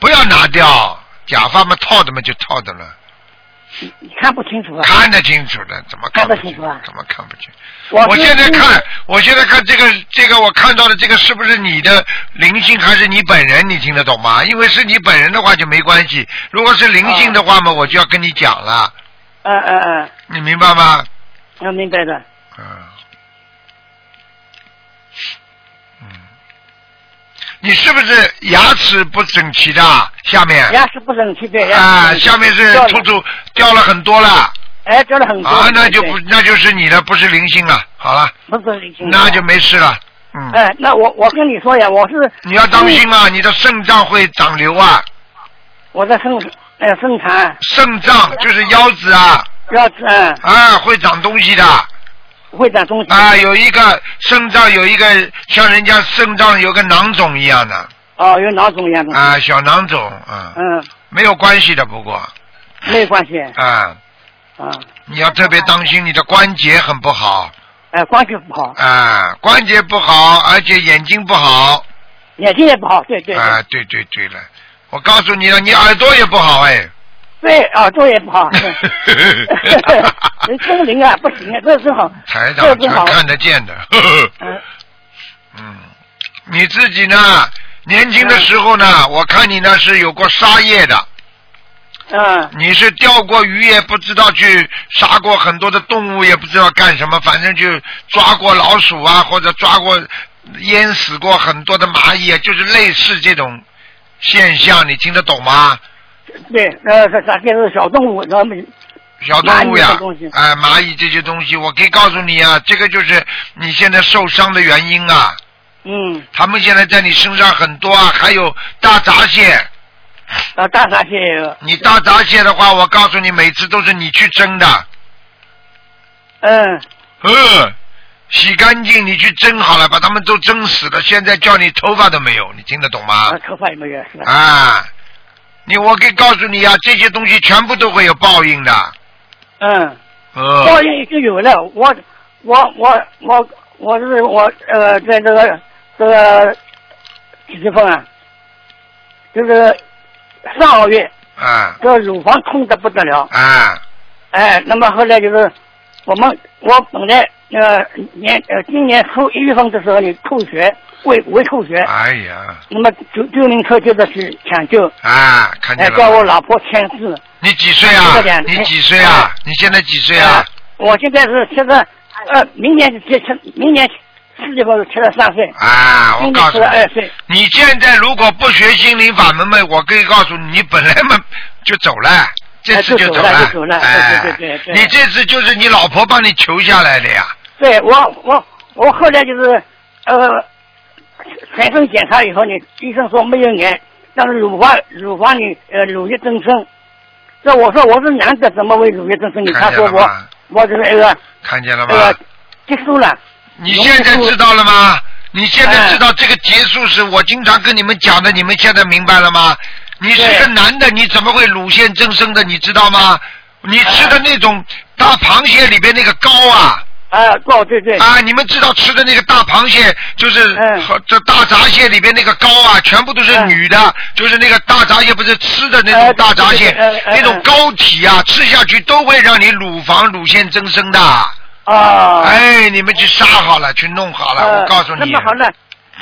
Speaker 1: 不要拿掉，假发嘛套的嘛就套的了，
Speaker 4: 你你看不清楚啊？
Speaker 1: 看得清楚的，怎么看不
Speaker 4: 看得
Speaker 1: 清
Speaker 4: 清楚啊？
Speaker 1: 怎么看不清？
Speaker 4: 我
Speaker 1: 我
Speaker 4: 是
Speaker 1: 现在看，我现在看这个这个，我看到的这个是不是你的灵性还是你本人？你听得懂吗？因为是你本人的话就没关系，如果是灵性的话
Speaker 4: 嗯
Speaker 1: 嘛，我就要跟你讲了，
Speaker 4: 呃呃呃，
Speaker 1: 你明白吗？
Speaker 4: 我明白的，
Speaker 1: 嗯，嗯，你是不是牙齿不整齐的？下面
Speaker 4: 牙齿不整哎齐对，牙齿
Speaker 1: 啊，
Speaker 4: 不整齐
Speaker 1: 下面是
Speaker 4: 掉了
Speaker 1: 突出掉了很多了
Speaker 4: 哎，掉了很多
Speaker 1: 啊，那就
Speaker 4: 对
Speaker 1: 不那就是你的，不是灵性了。好了，
Speaker 4: 不是灵性的，
Speaker 1: 那就没事了。嗯，
Speaker 4: 哎，那我我跟你说呀，我是嗯
Speaker 1: 你要当心啊，你的肾脏会长瘤啊，
Speaker 4: 我的生哎生产
Speaker 1: 肾脏就是腰子啊
Speaker 4: 要嗯
Speaker 1: 啊会长东西的
Speaker 4: 会长中心
Speaker 1: 啊，有一个肾脏有一个像人家肾脏有个囊肿一样的
Speaker 4: 哦有脑肿一样的
Speaker 1: 啊，小囊肿啊。
Speaker 4: 嗯
Speaker 1: 没有关系的，不过
Speaker 4: 没有关系
Speaker 1: 啊，
Speaker 4: 啊
Speaker 1: 你要特别当心你的关节很不好，
Speaker 4: 呃，关节不好，
Speaker 1: 啊，关节不好，而且眼睛不好，
Speaker 4: 眼睛也不好，对对对，
Speaker 1: 啊，对对对了，我告诉你了，你耳朵也不好哎，
Speaker 4: 对耳朵也不
Speaker 1: *laughs*
Speaker 4: 好，对心灵啊不行啊，这正好，
Speaker 1: 台
Speaker 4: 这
Speaker 1: 长
Speaker 4: 不
Speaker 1: 全
Speaker 4: 好，
Speaker 1: 看得见的，呵呵
Speaker 4: 嗯
Speaker 1: 嗯，你自己呢？年轻的时候呢，我看你呢是有过杀业的，
Speaker 4: 嗯
Speaker 1: 你是钓过鱼也不知道去杀过很多的动物，也不知道干什么，反正就抓过老鼠啊，或者抓过淹死过很多的蚂蚁啊，就是类似这种现象，你听得懂吗？
Speaker 4: 对，呃，啥啥就是小动物，咱们
Speaker 1: 小动物呀
Speaker 4: 蚂蚁这东西，
Speaker 1: 哎，蚂蚁这些东西，我可以告诉你啊，这个就是你现在受伤的原因啊。
Speaker 4: 嗯
Speaker 1: 他们现在在你身上很多啊，还有大闸蟹。
Speaker 4: 啊大闸蟹也有，
Speaker 1: 你大闸蟹的话，我告诉你，每次都是你去蒸的，
Speaker 4: 嗯
Speaker 1: 呃，洗干净你去蒸好了，把它们都蒸死了。现在叫你头发都没有，你听得懂吗
Speaker 4: 啊？头发有没有是吧？
Speaker 1: 啊，你我可以告诉你啊，这些东西全部都会有报应的。啊
Speaker 4: 嗯。报
Speaker 1: 呃，
Speaker 4: 应已经有了，我我我我我是我呃，在这个这个几月份啊？就是上个月，
Speaker 1: 啊
Speaker 4: 这个乳房痛的不得了，
Speaker 1: 啊
Speaker 4: 哎，那么后来就是我们我本来呃年呃今年初一月份的时候你吐血，胃胃吐血，
Speaker 1: 哎呀，
Speaker 4: 那么救救命车就是去啊抢救，
Speaker 1: 啊，看
Speaker 4: 哎
Speaker 1: 见，了
Speaker 4: 叫
Speaker 1: 吗。
Speaker 4: 我老婆签字，
Speaker 1: 你几岁
Speaker 4: 这
Speaker 1: 啊
Speaker 4: 个脸？
Speaker 1: 你几岁啊
Speaker 4: 哎？
Speaker 1: 你现在几岁
Speaker 4: 哎
Speaker 1: 啊？
Speaker 4: 我现在是七十，呃，明年是七七，明年四月份是七十三岁。
Speaker 1: 啊，我
Speaker 4: 哎今
Speaker 1: 告
Speaker 4: 年
Speaker 1: 诉
Speaker 4: 是二
Speaker 1: 你，
Speaker 4: 岁，
Speaker 1: 你现在如果不学心灵法门嘛，我可以告诉你，你本来嘛就走了，这次走
Speaker 4: 哎就走了就走了
Speaker 1: 哎，
Speaker 4: 对对对对
Speaker 1: 你这次就是你老婆帮你求下来的呀。
Speaker 4: 对我我我后来就是呃，全身检查以后呢，医生说没有癌，但是乳房乳房里呃乳液增生。这我说我是男的，怎么会乳液增生呢？他
Speaker 1: 看见
Speaker 4: 说
Speaker 1: 了
Speaker 4: 我
Speaker 1: 吗？
Speaker 4: 我这个那个
Speaker 1: 看见了
Speaker 4: 那个
Speaker 1: 吗？
Speaker 4: 激素了，
Speaker 1: 你现在知道了吗？你现在知道这个结束是我经常跟你们讲的，你们现在明白了吗？你是
Speaker 4: 对
Speaker 1: 个男的，你怎么会乳腺增生的？你知道吗？你吃
Speaker 4: 哎
Speaker 1: 的那种大螃蟹里边那个膏啊，
Speaker 4: 啊，对对对，
Speaker 1: 啊，你们知道吃的那个大螃蟹，就是
Speaker 4: 嗯
Speaker 1: 和这大闸蟹里边那个膏啊，全部都是
Speaker 4: 嗯
Speaker 1: 女的，就是那个大闸蟹不是吃的那
Speaker 4: 哎
Speaker 1: 种大闸蟹
Speaker 4: 对对对，嗯
Speaker 1: 那种
Speaker 4: 嗯
Speaker 1: 膏体啊，吃下去都会让你乳房乳腺增生的。
Speaker 4: 啊，
Speaker 1: 哎，你们去杀好了，去弄好了，
Speaker 4: 呃
Speaker 1: 我告诉
Speaker 4: 那
Speaker 1: 你嗯
Speaker 4: 么。好了，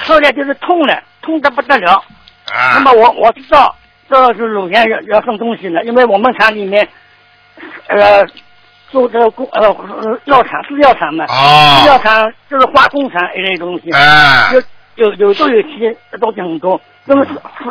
Speaker 4: 后来就是痛了，痛的不得了。那
Speaker 1: 啊
Speaker 4: 么，我我知道这是乳腺要要送东西了，因为我们厂里面呃做这个工呃呃药厂制药厂嘛，制药
Speaker 1: 哦，
Speaker 4: 厂就是化工厂一类东西，
Speaker 1: 哎，
Speaker 4: 有有有都有些东西很多，那么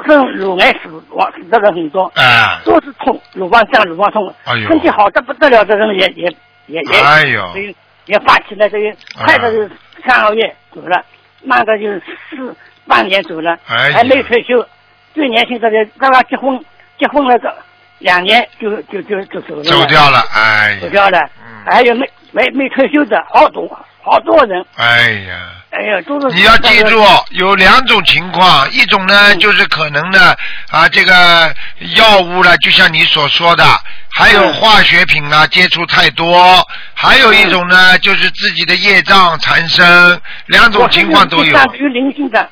Speaker 4: 生乳癌死亡死的人很多，
Speaker 1: 哎，
Speaker 4: 都是痛，乳房胀、乳房痛，
Speaker 1: 哎呦
Speaker 4: 身体好的不得了的人也也也也，
Speaker 1: 哎呦哎
Speaker 4: 也也发起来这个，快的就是三个月走了，慢的就是四半年走了，
Speaker 1: 哎呀
Speaker 4: 还没退休，最年轻的人刚刚结婚，结婚了这两年就就就就走了，
Speaker 1: 走掉了，哎
Speaker 4: 走
Speaker 1: 呀，
Speaker 4: 掉了，
Speaker 1: 嗯
Speaker 4: 还有没没没退休的好多好多人，
Speaker 1: 哎呀。
Speaker 4: 哎呀，都是
Speaker 1: 你要记住，有两种情况，一种呢
Speaker 4: 嗯
Speaker 1: 就是可能呢啊这个药物呢，就像你所说的，还有
Speaker 4: 嗯
Speaker 1: 化学品啊接触太多，还有一种呢就是自己的业障缠身，两种情况都有。
Speaker 4: 有灵性的，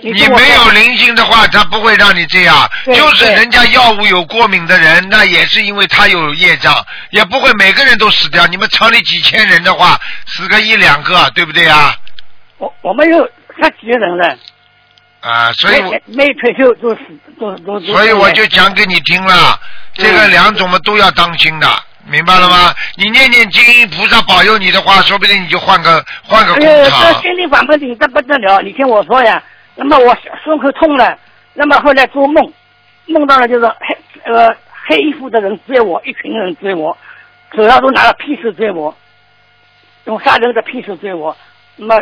Speaker 4: 你
Speaker 1: 你
Speaker 4: 跟我
Speaker 1: 没有
Speaker 4: 说
Speaker 1: 灵性的话，他不会让你这样。
Speaker 4: 对
Speaker 1: 就是
Speaker 4: 对
Speaker 1: 人家药物有过敏的人，那也是因为他有业障，也不会每个人都死掉。你们厂里几千人的话，死个一两个，对不对啊？
Speaker 4: 我我们有十几个人了。
Speaker 1: 啊，所以我
Speaker 4: 没没退休都死都都都。
Speaker 1: 所以我就讲给你听了，这个
Speaker 4: 嗯
Speaker 1: 两种嘛都要当心的，明白了吗？你念念经，菩萨保佑你的话，说不定你就换个换个
Speaker 4: 哎呦，
Speaker 1: 工
Speaker 4: 这
Speaker 1: 厂。
Speaker 4: 心里反不灵的不得了，你听我说呀。那么我胸口痛了，那么后来做梦，梦到了就是黑呃黑衣服的人追我，一群人追我，手上都拿了匕首追我，用杀人的匕首追我。那么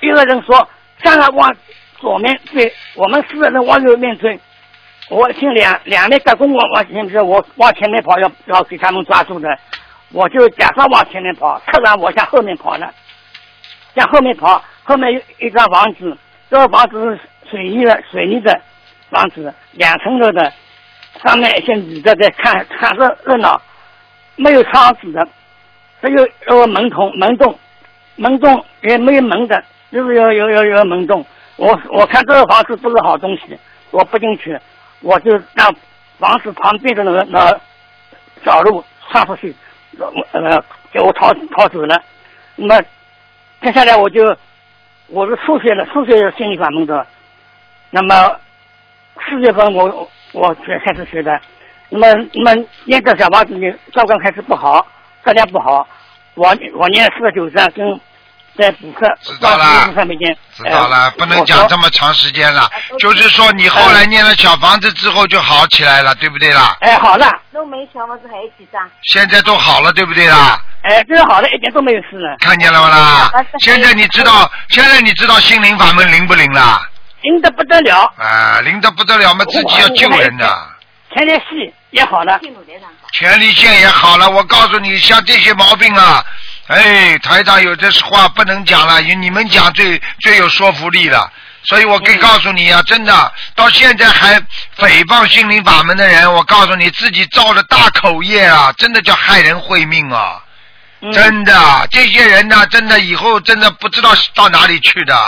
Speaker 4: 一个人说三个往左面追，我们四个人往右面追。我听两两面打工往往前面追，我往前面跑要要给他们抓住的，我就假装往前面跑，突然我向后面跑了。向后面跑，后面有一幢房子，这个房子是水泥的，水泥的房子，两层楼的，上面一些女的在看看热热闹，没有窗子的，只有有个门孔门洞，门洞也没有门的，就是有有有有门洞。我我看这个房子不是好东西，我不进去，我就让房子旁边的那个那小路上出去，呃，给我逃逃走了。那么接下来我就我是数学的数学心理法门的，那么四月份我我学开始学的，那么那么念的小房子呢，照刚开始不好，质量不好，我我念四十九章跟在补课，
Speaker 1: 知道啦
Speaker 4: 上上面念，
Speaker 1: 知道了，
Speaker 4: 呃
Speaker 1: 不能讲这。么长时间了。就是说，你后来念了小房子之后就好起来了，对不对啦？
Speaker 4: 我说哎，好了，
Speaker 5: 都没小房子还有几张？
Speaker 1: 现在都好了，对不对啦？
Speaker 4: 哎，这个好了，一点都没有事了。
Speaker 1: 看见了吗
Speaker 4: 啊
Speaker 1: 啦
Speaker 5: 嗯？
Speaker 1: 现在你知道，现在你知道心灵法门灵不灵啦？
Speaker 4: 阴的不得了，
Speaker 1: 啊，灵的不得了嘛，自己要救人的。
Speaker 4: 前列腺也好了，
Speaker 5: 进入台长。
Speaker 1: 前列腺也好了，我告诉你，像这些毛病啊，哎，台长有的是话不能讲了，你们讲最最有说服力了。所以我可以告诉你啊，真的，到现在还诽谤心灵法门的人，我告诉你，自己造了大口业啊，真的叫害人会命啊！
Speaker 4: 嗯
Speaker 1: 真的，这些人呢、真的以后真的不知道到哪里去的，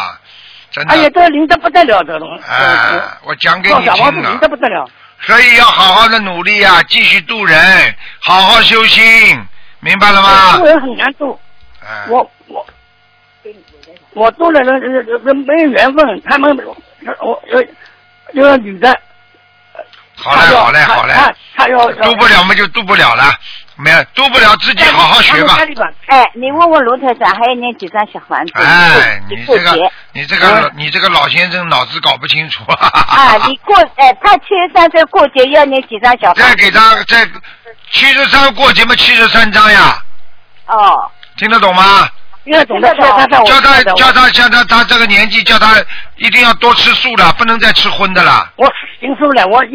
Speaker 1: 真的。
Speaker 4: 哎呀，这个灵的不得了，这种。
Speaker 1: 啊，我讲给
Speaker 4: 造
Speaker 1: 你
Speaker 4: 小房子
Speaker 1: 听
Speaker 4: 灵
Speaker 1: 啊
Speaker 4: 的，不得了。
Speaker 1: 所以要好好的努力啊，继续度人，好好修心，明白了吗
Speaker 4: 做？人很难做，
Speaker 1: 嗯
Speaker 4: 我我我做了人人人没有缘分，他们我有有个女的，
Speaker 1: 好嘞，好嘞，好嘞，
Speaker 4: 她她要
Speaker 1: 度不了嘛就度不了了，没有度不了自己好好学吧
Speaker 4: 家。里吧，
Speaker 5: 哎，你问问卢台长还要念几张小房子？
Speaker 1: 哎，
Speaker 5: 你
Speaker 1: 你
Speaker 5: 过
Speaker 1: 这
Speaker 5: 你
Speaker 1: 个
Speaker 5: 过节
Speaker 1: 你这个你这个老先生脑子搞不清楚。
Speaker 5: 啊，你过哎，他七十三岁过节要念几张小房
Speaker 1: *laughs* 再
Speaker 5: 子？
Speaker 1: 给他再七十三过节嘛，七十三章呀，
Speaker 5: 哦，
Speaker 1: 听得懂吗？
Speaker 4: 因为总的说她在我
Speaker 1: 叫他
Speaker 4: 的，
Speaker 1: 叫他像他他这个年纪，叫他一定要多吃素的，不能再吃荤的了。
Speaker 4: 我行数了，我已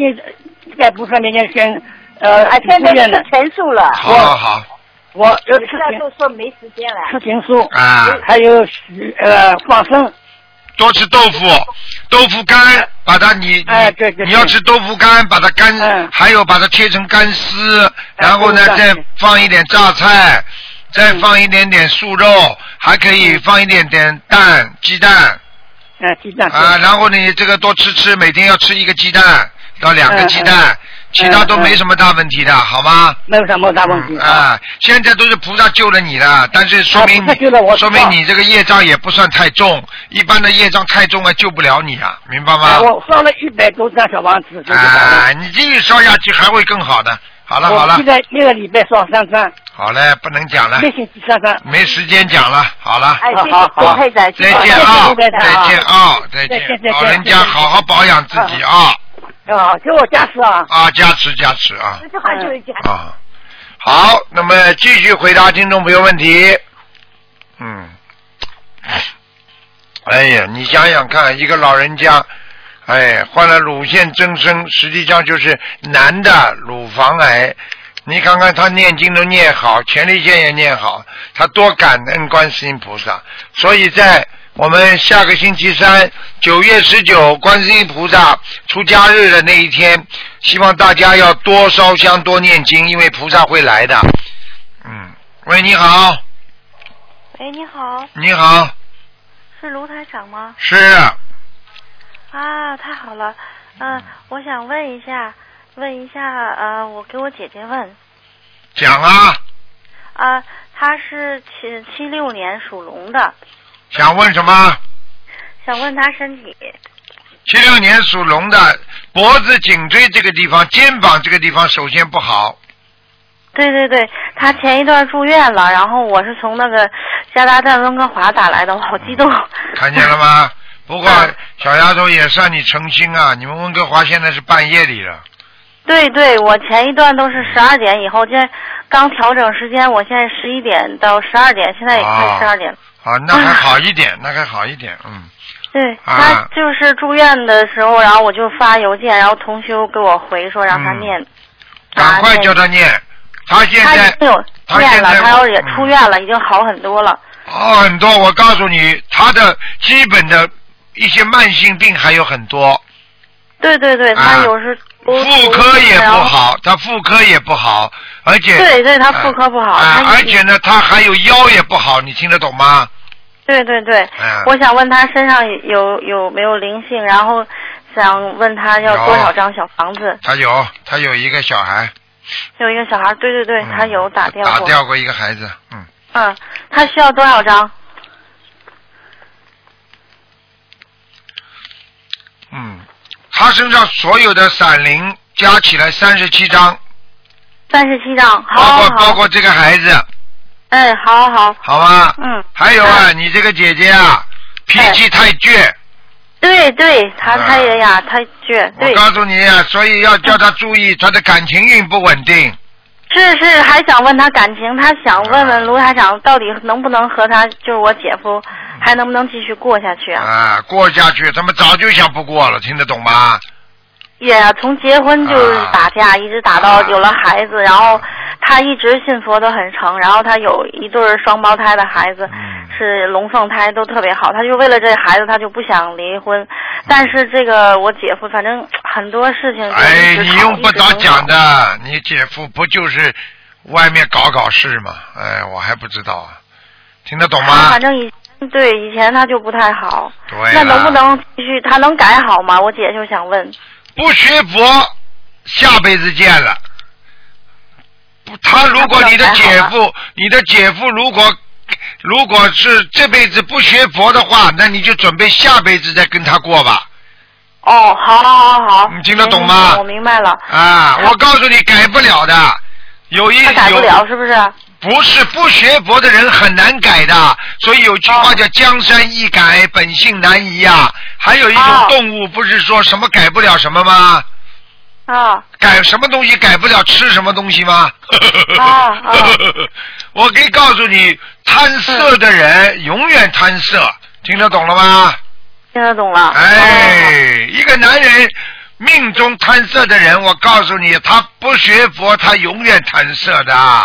Speaker 4: 在不上面先先呃
Speaker 5: 啊，现在
Speaker 4: 院了
Speaker 5: 是，陈述了，
Speaker 1: 好好好。
Speaker 4: 我有
Speaker 5: 你
Speaker 4: 事
Speaker 5: 现
Speaker 4: 情
Speaker 5: 在都说没时间了。
Speaker 4: 事情书
Speaker 1: 啊
Speaker 4: 还有许呃放生，
Speaker 1: 多吃豆腐，豆腐干，把它你
Speaker 4: 哎
Speaker 1: 你
Speaker 4: 对对对
Speaker 1: 你要吃豆腐干，把它干，
Speaker 4: 嗯哎
Speaker 1: 还有把它切成干丝，然后呢
Speaker 4: 豆腐干
Speaker 1: 再放一点榨菜，再放一点点素肉，还可以
Speaker 4: 嗯
Speaker 1: 放一点点蛋、鸡蛋
Speaker 4: 呃鸡蛋
Speaker 1: 啊，然后你这个多吃吃，每天要吃一个鸡蛋到两个
Speaker 4: 嗯
Speaker 1: 鸡蛋，其他都没什么大问题的，好吗？
Speaker 4: 没有什么大问题
Speaker 1: 嗯。啊，现在都是菩萨救了你了，但是说明
Speaker 4: 啊菩萨救了我
Speaker 1: 你说明你这个业障也不算太重，一般的业障太重啊，救不了你啊，明白
Speaker 4: 哎
Speaker 1: 吗？
Speaker 4: 我烧了一百多张小房子，就是
Speaker 1: 啊，你继续烧下去还会更好的。好了好
Speaker 4: 我
Speaker 1: 了哎
Speaker 4: 现，在那个礼拜烧三张，
Speaker 1: 好嘞，不能讲了
Speaker 4: 每，星期三张。
Speaker 1: 没时间讲了，好了。
Speaker 5: 哎，谢谢
Speaker 4: 好好
Speaker 5: 卢台长，谢哎
Speaker 1: 再
Speaker 5: 谢
Speaker 1: 见啊，
Speaker 5: 卢台长
Speaker 1: 再见啊，再
Speaker 4: 再见再
Speaker 1: 见，
Speaker 4: 见
Speaker 1: 老人家好好保养自己啊
Speaker 4: 啊，给我加持啊！
Speaker 1: 啊，加持加持啊
Speaker 5: 这句话就是讲。
Speaker 1: 啊，好，那么继续回答听众朋友问题，嗯。哎呀，你想想看，一个老人家，哎，患了乳腺增生，实际上就是男的乳房癌。你看看他念经都念好，前列腺也念好，他多感恩观世音菩萨。所以在我们下个星期三，九月十九，观世音菩萨出家日的那一天，希望大家要多烧香、多念经，因为菩萨会来的。嗯，喂，你好，
Speaker 6: 喂，你好，
Speaker 1: 你好，
Speaker 6: 是卢台长吗？
Speaker 1: 是。
Speaker 6: 啊，太好了。嗯、我想问一下，问一下，呃，我给我姐姐问，
Speaker 1: 讲啊，
Speaker 6: 啊、她是七七六年属龙的，
Speaker 1: 想问什么？
Speaker 6: 想问她身体。
Speaker 1: 七六年属龙的，脖子、颈椎这个地方、肩膀这个地方首先不好，
Speaker 6: 对对对，她前一段住院了，然后我是从那个加拿大温哥华打来的，我好激动。
Speaker 1: 看见了？吗？不过
Speaker 6: 嗯
Speaker 1: 小丫头也算你诚心啊，你们温哥华现在是半夜里了，
Speaker 6: *laughs* 对对，我前一段都是十二点以后，现在刚调整时间，我现在十一点到十二点，现在也
Speaker 1: 哦
Speaker 6: 快十二点了。
Speaker 1: 啊，那还好一点，那还好一点，嗯，
Speaker 6: 对
Speaker 1: 啊
Speaker 6: 他就是住院的时候，然后我就发邮件，然后同修给我回说让他
Speaker 1: 嗯
Speaker 6: 念，
Speaker 1: 赶快
Speaker 6: 那
Speaker 1: 叫她念，她现
Speaker 6: 他
Speaker 1: 在
Speaker 6: 已经有
Speaker 1: 他
Speaker 6: 啊念
Speaker 1: 现
Speaker 6: 了，
Speaker 1: 在
Speaker 6: 他要也
Speaker 1: 嗯
Speaker 6: 出院了，已经好很多了。
Speaker 1: 好哦很多，我告诉你，她的基本的一些慢性病还有很多，
Speaker 6: 对对对，
Speaker 1: 啊
Speaker 6: 他有时都
Speaker 1: 妇科也
Speaker 6: 然
Speaker 1: 不
Speaker 6: 后
Speaker 1: 好，她妇科也不好，而且
Speaker 6: 对对，他妇科不好，
Speaker 1: 啊，
Speaker 6: 他
Speaker 1: 而
Speaker 6: 一
Speaker 1: 且呢，他还有腰也不好，你听得懂吗？
Speaker 6: 对对对，
Speaker 1: 嗯
Speaker 6: 我想问他身上有有没有灵性，然后想问他要多少张小房子？
Speaker 1: 他有，他有一个小孩，
Speaker 6: 有一个小孩，对对对，
Speaker 1: 嗯
Speaker 6: 他有打掉
Speaker 1: 打
Speaker 6: 过。
Speaker 1: 掉过一个孩子，嗯，
Speaker 6: 嗯，他需要多少张？
Speaker 1: 嗯，他身上所有的闪灵加起来三十七张，
Speaker 6: 三十七张。好
Speaker 1: 包括
Speaker 6: 好
Speaker 1: 包
Speaker 6: 好。
Speaker 1: 括这个孩子，
Speaker 6: 哎，好好。
Speaker 1: 好吧？
Speaker 6: 嗯。
Speaker 1: 还有啊，你这个姐姐啊，脾气太倔，
Speaker 6: 对对，他
Speaker 1: 啊
Speaker 6: 他也呀，他倔，
Speaker 1: 我
Speaker 6: 对，
Speaker 1: 告诉你啊，所以要叫她注意，她的感情运不稳定。
Speaker 6: 是是，还想问他感情，他想问
Speaker 1: 啊
Speaker 6: 问卢台长到底能不能和他，就是我姐夫，还能不能继续过下去啊？
Speaker 1: 嗯啊，过下去，他们早就想不过了，听得懂吗？
Speaker 6: 也从结婚就是
Speaker 1: 啊
Speaker 6: 打架，一直打到
Speaker 1: 啊
Speaker 6: 有了孩子，然后他一直信佛都很诚，然后他有一对儿双胞胎的孩子。
Speaker 1: 嗯，
Speaker 6: 是龙凤胎都特别好，他就为了这孩子，他就不想离婚。但是这个我姐夫，反正很多事情嗯就
Speaker 1: 哎，
Speaker 6: 一直
Speaker 1: 你
Speaker 6: 吵
Speaker 1: 用不着讲。
Speaker 6: 一直争吵
Speaker 1: 的，你姐夫不就是外面搞搞事吗？哎，我还不知道啊，听得懂
Speaker 6: 他
Speaker 1: 吗
Speaker 6: 反？正以对以前他就不太好。
Speaker 1: 对
Speaker 6: 那
Speaker 1: 了
Speaker 6: 能不能继续？他能改好吗？我姐就想问。
Speaker 1: 不学佛，下辈子见了。不他如果你的姐
Speaker 6: 那不
Speaker 1: 夫，你的姐夫如果如果是这辈子不学佛的话，那你就准备下辈子再跟他过吧。
Speaker 6: 哦，好，好，好，好。
Speaker 1: 你听得懂吗
Speaker 6: 行行行我明白了。
Speaker 1: 啊，我告诉你，改不了的。有一
Speaker 6: 他改不
Speaker 1: 有
Speaker 6: 了是不是？
Speaker 1: 不是不学佛的人很难改的，所以有句话叫“江山易改，本性难移”啊。还有一种
Speaker 6: 哦
Speaker 1: 动物，不是说什么改不了什么吗？
Speaker 6: 啊，
Speaker 1: 改什么东西改不了吃什么东西吗？
Speaker 6: 啊啊
Speaker 1: *laughs* 我可以告诉你，贪色的人永远贪色，听得懂了吗？
Speaker 6: 听得懂了。哦。
Speaker 1: 哎，一个男人命中贪色的人，我告诉你，他不学佛，他永远贪色的。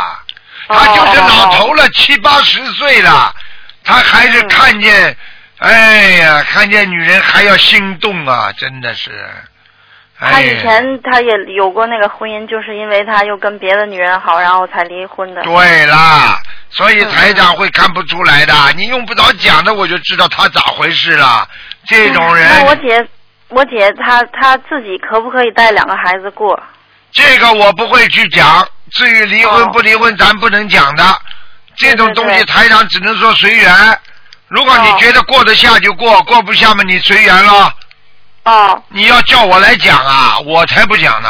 Speaker 1: 他就是老头
Speaker 6: 哦
Speaker 1: 了，七八十岁了，他还是看见，
Speaker 6: 嗯
Speaker 1: 哎呀，看见女人还要心动啊，真的是。哎呀
Speaker 6: 他以前他也有过那个婚姻，就是因为他又跟别的女人好，然后才离婚的。嗯
Speaker 1: 对啦，所以台长会看不出来的，你用不着讲的，我就知道他咋回事了。这种人，
Speaker 6: 嗯那我姐，我姐她她自己可不可以带两个孩子过？
Speaker 1: 这个我不会去讲。至于离婚
Speaker 6: 哦
Speaker 1: 不离婚，咱不能讲的。这种东西
Speaker 6: 对对对
Speaker 1: 台长只能说随缘。如果
Speaker 6: 哦
Speaker 1: 你觉得过得下就过，
Speaker 6: 嗯
Speaker 1: 过不下嘛你随缘咯。
Speaker 6: 哦，
Speaker 1: 你要叫我来讲啊，我才不讲呢。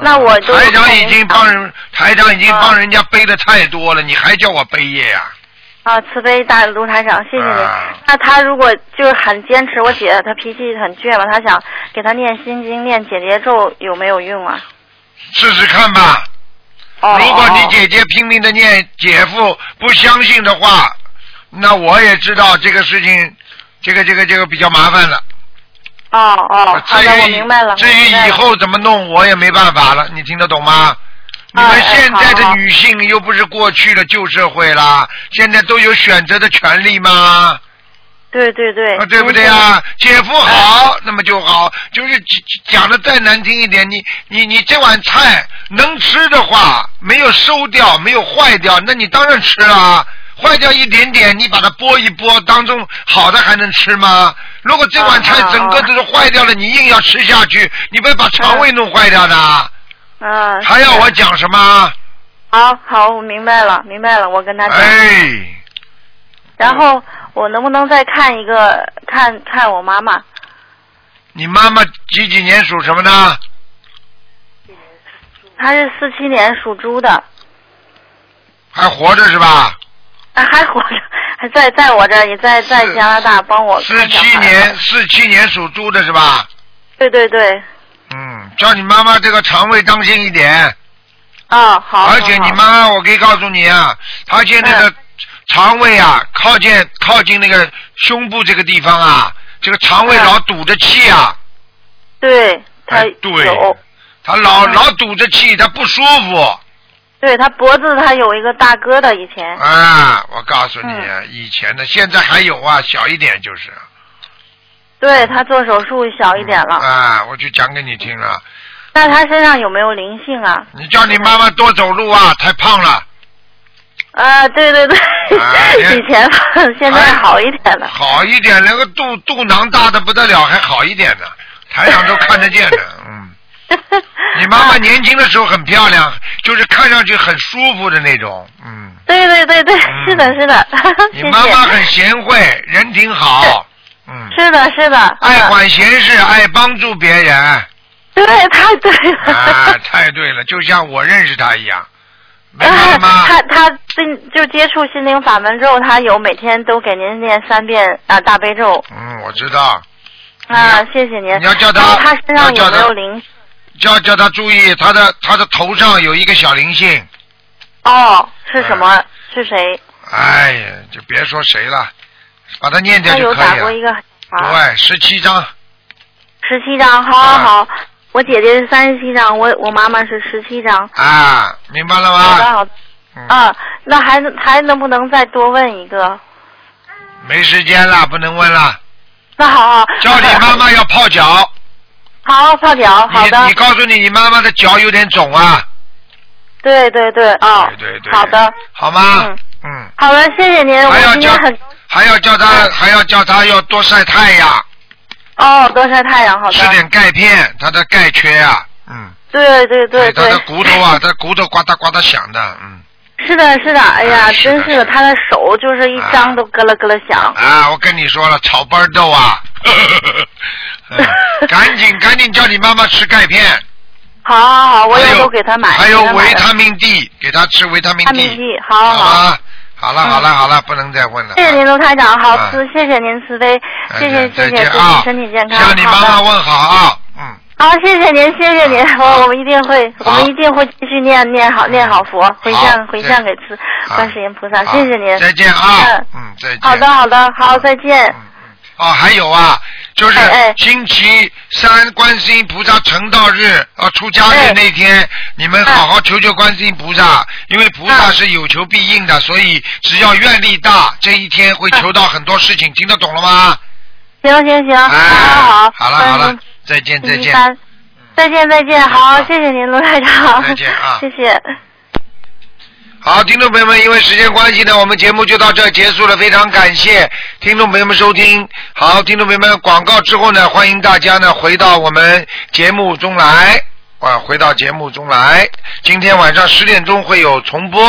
Speaker 6: 那我就
Speaker 1: 台长已经帮人，台长已经
Speaker 6: 哦
Speaker 1: 帮人家背的太多了，你还叫我背业呀、
Speaker 6: 啊，慈悲大卢台长，谢谢您。
Speaker 1: 啊
Speaker 6: 那他如果就是很坚持，我姐她脾气很倔嘛，她想给她念心经、念解结咒，有没有用啊？
Speaker 1: 试试看吧。
Speaker 6: 哦，
Speaker 1: 如果你
Speaker 6: 哦
Speaker 1: 姐姐拼命的念，姐夫不相信的话，那我也知道这个事情，这个这个这个比较麻烦了。
Speaker 6: 哦哦，
Speaker 1: 啊至
Speaker 6: 好的，
Speaker 1: 于
Speaker 6: 我明白了。
Speaker 1: 至于
Speaker 6: 我明白
Speaker 1: 以
Speaker 6: 了，
Speaker 1: 后怎么弄，我也没办法了，你听得懂吗？你
Speaker 6: 哎
Speaker 1: 们
Speaker 6: 哎
Speaker 1: 现在
Speaker 6: 好
Speaker 1: 的
Speaker 6: 好
Speaker 1: 女性又不是过去的旧社会啦，现在都有选择的权利吗？
Speaker 6: 对对对，
Speaker 1: 啊，对不对啊？姐夫好，那么就好。就是讲的再难听一点，你你你这碗菜能吃的话，没有馊掉，没有坏掉，那你当然吃啦。坏掉一点点，你把它剥一剥，当中好的还能吃吗？如果这碗菜
Speaker 6: 啊啊
Speaker 1: 整个都是坏掉了，你硬要吃下去，你不会把肠胃弄坏掉的啊。
Speaker 6: 嗯？啊，
Speaker 1: 还要我讲什么？
Speaker 6: 好好，我明白了，明白了，我跟她讲。
Speaker 1: 哎，
Speaker 6: 然后我能不能再看一个，看看我妈妈
Speaker 1: 你妈妈几几年属什么呢？
Speaker 6: 她是四七年属猪的， *laughs*
Speaker 1: 还活着是吧？
Speaker 6: 啊还活着，还在在我这儿，也在在
Speaker 1: 四
Speaker 6: 加拿大帮我
Speaker 1: 四
Speaker 6: 看小
Speaker 1: 七
Speaker 6: 孩
Speaker 1: 年，四七年属猪的是吧？
Speaker 6: 对对对，
Speaker 1: 嗯，叫你妈妈这个肠胃当心一点，
Speaker 6: 啊、好。嗯
Speaker 1: 而且
Speaker 6: 好
Speaker 1: 你妈，妈，我可以告诉你啊，她现在的肠胃啊，靠近靠近那个胸部这个地方啊，这个肠胃
Speaker 6: 嗯
Speaker 1: 老堵着气啊，
Speaker 6: 对她
Speaker 1: 哎
Speaker 6: 有，
Speaker 1: 对她老
Speaker 6: 嗯
Speaker 1: 老堵着气，她不舒服
Speaker 6: 对她脖子她有一个大疙瘩，以前
Speaker 1: 啊。我告诉
Speaker 6: 嗯
Speaker 1: 你，以前的，现在还有啊，小一点就是。
Speaker 6: 对她做手术小一点了。
Speaker 1: 啊，我就讲给你听了，
Speaker 6: 那她身上有没有灵性啊？
Speaker 1: 你叫你妈妈多走路啊，太胖了。
Speaker 6: 啊，对对对， *laughs*
Speaker 1: 啊哎
Speaker 6: 以前现在好一点了。
Speaker 1: 好一点，那个肚肚囊大的不得了，还好一点呢，台上都看得见
Speaker 6: *laughs*
Speaker 1: 的，嗯。 *laughs* 你妈
Speaker 6: 啊
Speaker 1: 妈年轻的时候很漂亮，就是看上去很舒服的那种，嗯。
Speaker 6: 对对对对，
Speaker 1: 嗯
Speaker 6: 是的，是的，哦谢
Speaker 1: 你
Speaker 6: 谢。 *laughs*
Speaker 1: 妈妈很贤惠，人挺好，嗯，
Speaker 6: 是的，是的。
Speaker 1: 爱
Speaker 6: 嗯
Speaker 1: 管闲事，爱帮助别
Speaker 6: *laughs*
Speaker 1: 人，
Speaker 6: 对，太对了。
Speaker 1: 啊，太对了，就像我认识她一
Speaker 6: *laughs*
Speaker 1: 样，明白
Speaker 6: 啊
Speaker 1: 了吗？
Speaker 6: *laughs* 他他进就接触心灵法门之后，他有每天都给您念三遍啊、大悲咒
Speaker 1: 嗯，我知道，
Speaker 6: 啊、
Speaker 1: 你
Speaker 6: 谢谢您。
Speaker 1: 你要叫他
Speaker 6: 然后他身上
Speaker 1: 要叫
Speaker 6: 有
Speaker 1: 他
Speaker 6: 没有灵？
Speaker 1: 叫叫她注意，她的她的头上有一个小灵性，
Speaker 6: 哦，是什么？
Speaker 1: 嗯
Speaker 6: 是谁？
Speaker 1: 哎呀，就别说谁了，把它念掉
Speaker 6: 他
Speaker 1: 就
Speaker 6: 有
Speaker 1: 可
Speaker 6: 打
Speaker 1: 以
Speaker 6: 过
Speaker 1: 了。
Speaker 6: 一个啊，
Speaker 1: 对，十七章，
Speaker 6: 十七张，好
Speaker 1: 啊
Speaker 6: 好好。我姐姐是三十七张，我我妈妈是十七张。
Speaker 1: 啊，明白了
Speaker 6: 好的
Speaker 1: 吗？
Speaker 6: 好的。
Speaker 1: 嗯，
Speaker 6: 啊，那还还能不能再多问一个？
Speaker 1: 没时间了，不能问了。
Speaker 6: 那好好。
Speaker 1: 叫你妈妈要泡脚，
Speaker 6: 好，泡脚，哦好的
Speaker 1: 你你，告诉你，你妈妈的脚有点肿啊。
Speaker 6: 对对对，哦，
Speaker 1: 对对对。
Speaker 6: 好的，，
Speaker 1: 好吗
Speaker 6: 嗯？
Speaker 1: 嗯。
Speaker 6: 好的，谢谢您，我
Speaker 1: 还要
Speaker 6: 今天
Speaker 1: 叫
Speaker 6: 很
Speaker 1: 还要叫她，还要叫她要多晒太阳，
Speaker 6: 哦，多晒太阳，好
Speaker 1: 吃
Speaker 6: 的。
Speaker 1: 点钙片，她的钙缺啊。嗯。
Speaker 6: 对对对
Speaker 1: 她
Speaker 6: 对。
Speaker 1: 的骨头啊，她的骨头呱嗒呱嗒响的，嗯。
Speaker 6: *laughs* 是的，是的，哎呀，
Speaker 1: 啊是的
Speaker 6: 真
Speaker 1: 是
Speaker 6: 是
Speaker 1: 的
Speaker 6: 的，他的手就是一张都咯啦咯啦响。
Speaker 1: 啊，我跟你说了，炒班豆啊， *laughs*
Speaker 6: *laughs*
Speaker 1: 嗯赶紧赶紧叫你妈妈吃钙片，
Speaker 6: 好好好，我
Speaker 1: 还
Speaker 6: 也
Speaker 1: 有
Speaker 6: 都给他买，
Speaker 1: 还有
Speaker 6: 给他买
Speaker 1: 维
Speaker 6: 了
Speaker 1: 他命 D，给他吃维他命
Speaker 6: 他
Speaker 1: D，
Speaker 6: 命 D，好好好。嗯
Speaker 1: 吧？好了好了好了，不能再问了。
Speaker 6: 谢谢您，卢台长，好
Speaker 1: 啊
Speaker 6: 慈，谢谢您慈悲，
Speaker 1: 哎
Speaker 6: 谢谢谢
Speaker 1: 再
Speaker 6: 谢，
Speaker 1: 见
Speaker 6: 祝
Speaker 1: 啊
Speaker 6: 您！身体健康。
Speaker 1: 向你妈妈
Speaker 6: 好的，
Speaker 1: 问好啊，嗯，
Speaker 6: 好，谢谢您，谢谢您，哦
Speaker 1: 好
Speaker 6: 我我们一定会，
Speaker 1: 好
Speaker 6: 我们一定会继续念念好念好佛，回向回
Speaker 1: 再
Speaker 6: 向给慈
Speaker 1: 好
Speaker 6: 观世音菩萨，
Speaker 1: 好
Speaker 6: 谢谢您。
Speaker 1: 再见啊
Speaker 6: 嗯，
Speaker 1: 嗯，再见。
Speaker 6: 好的，好的，好，再见。
Speaker 1: 嗯嗯哦，还有啊，就是
Speaker 6: 哎哎
Speaker 1: 星期三观世音菩萨成道日，呃，出家日
Speaker 6: 哎嗯
Speaker 1: 那天，你们好好求求观世音菩萨，因为菩萨
Speaker 6: 啊
Speaker 1: 是有求必应的，所以只要愿力大，这一天
Speaker 6: 嗯
Speaker 1: 会求到很多事情，听得懂了吗？
Speaker 6: 行行行，好
Speaker 1: 嗯哎，
Speaker 6: 啊好
Speaker 1: 好了好了
Speaker 6: 嗯，
Speaker 1: 再见再
Speaker 6: 星期
Speaker 1: 见。
Speaker 6: 三，再见再见，好，
Speaker 1: 好
Speaker 6: 谢谢您，卢台长，
Speaker 1: 再见啊
Speaker 6: 谢谢。
Speaker 1: 好，听众朋友们，因为时间关系呢，我们节目就到这儿结束了，非常感谢听众朋友们收听。好，听众朋友们，广告之后呢，欢迎大家呢回到我们节目中来，啊，回到节目中来。今天晚上十点钟会有重播。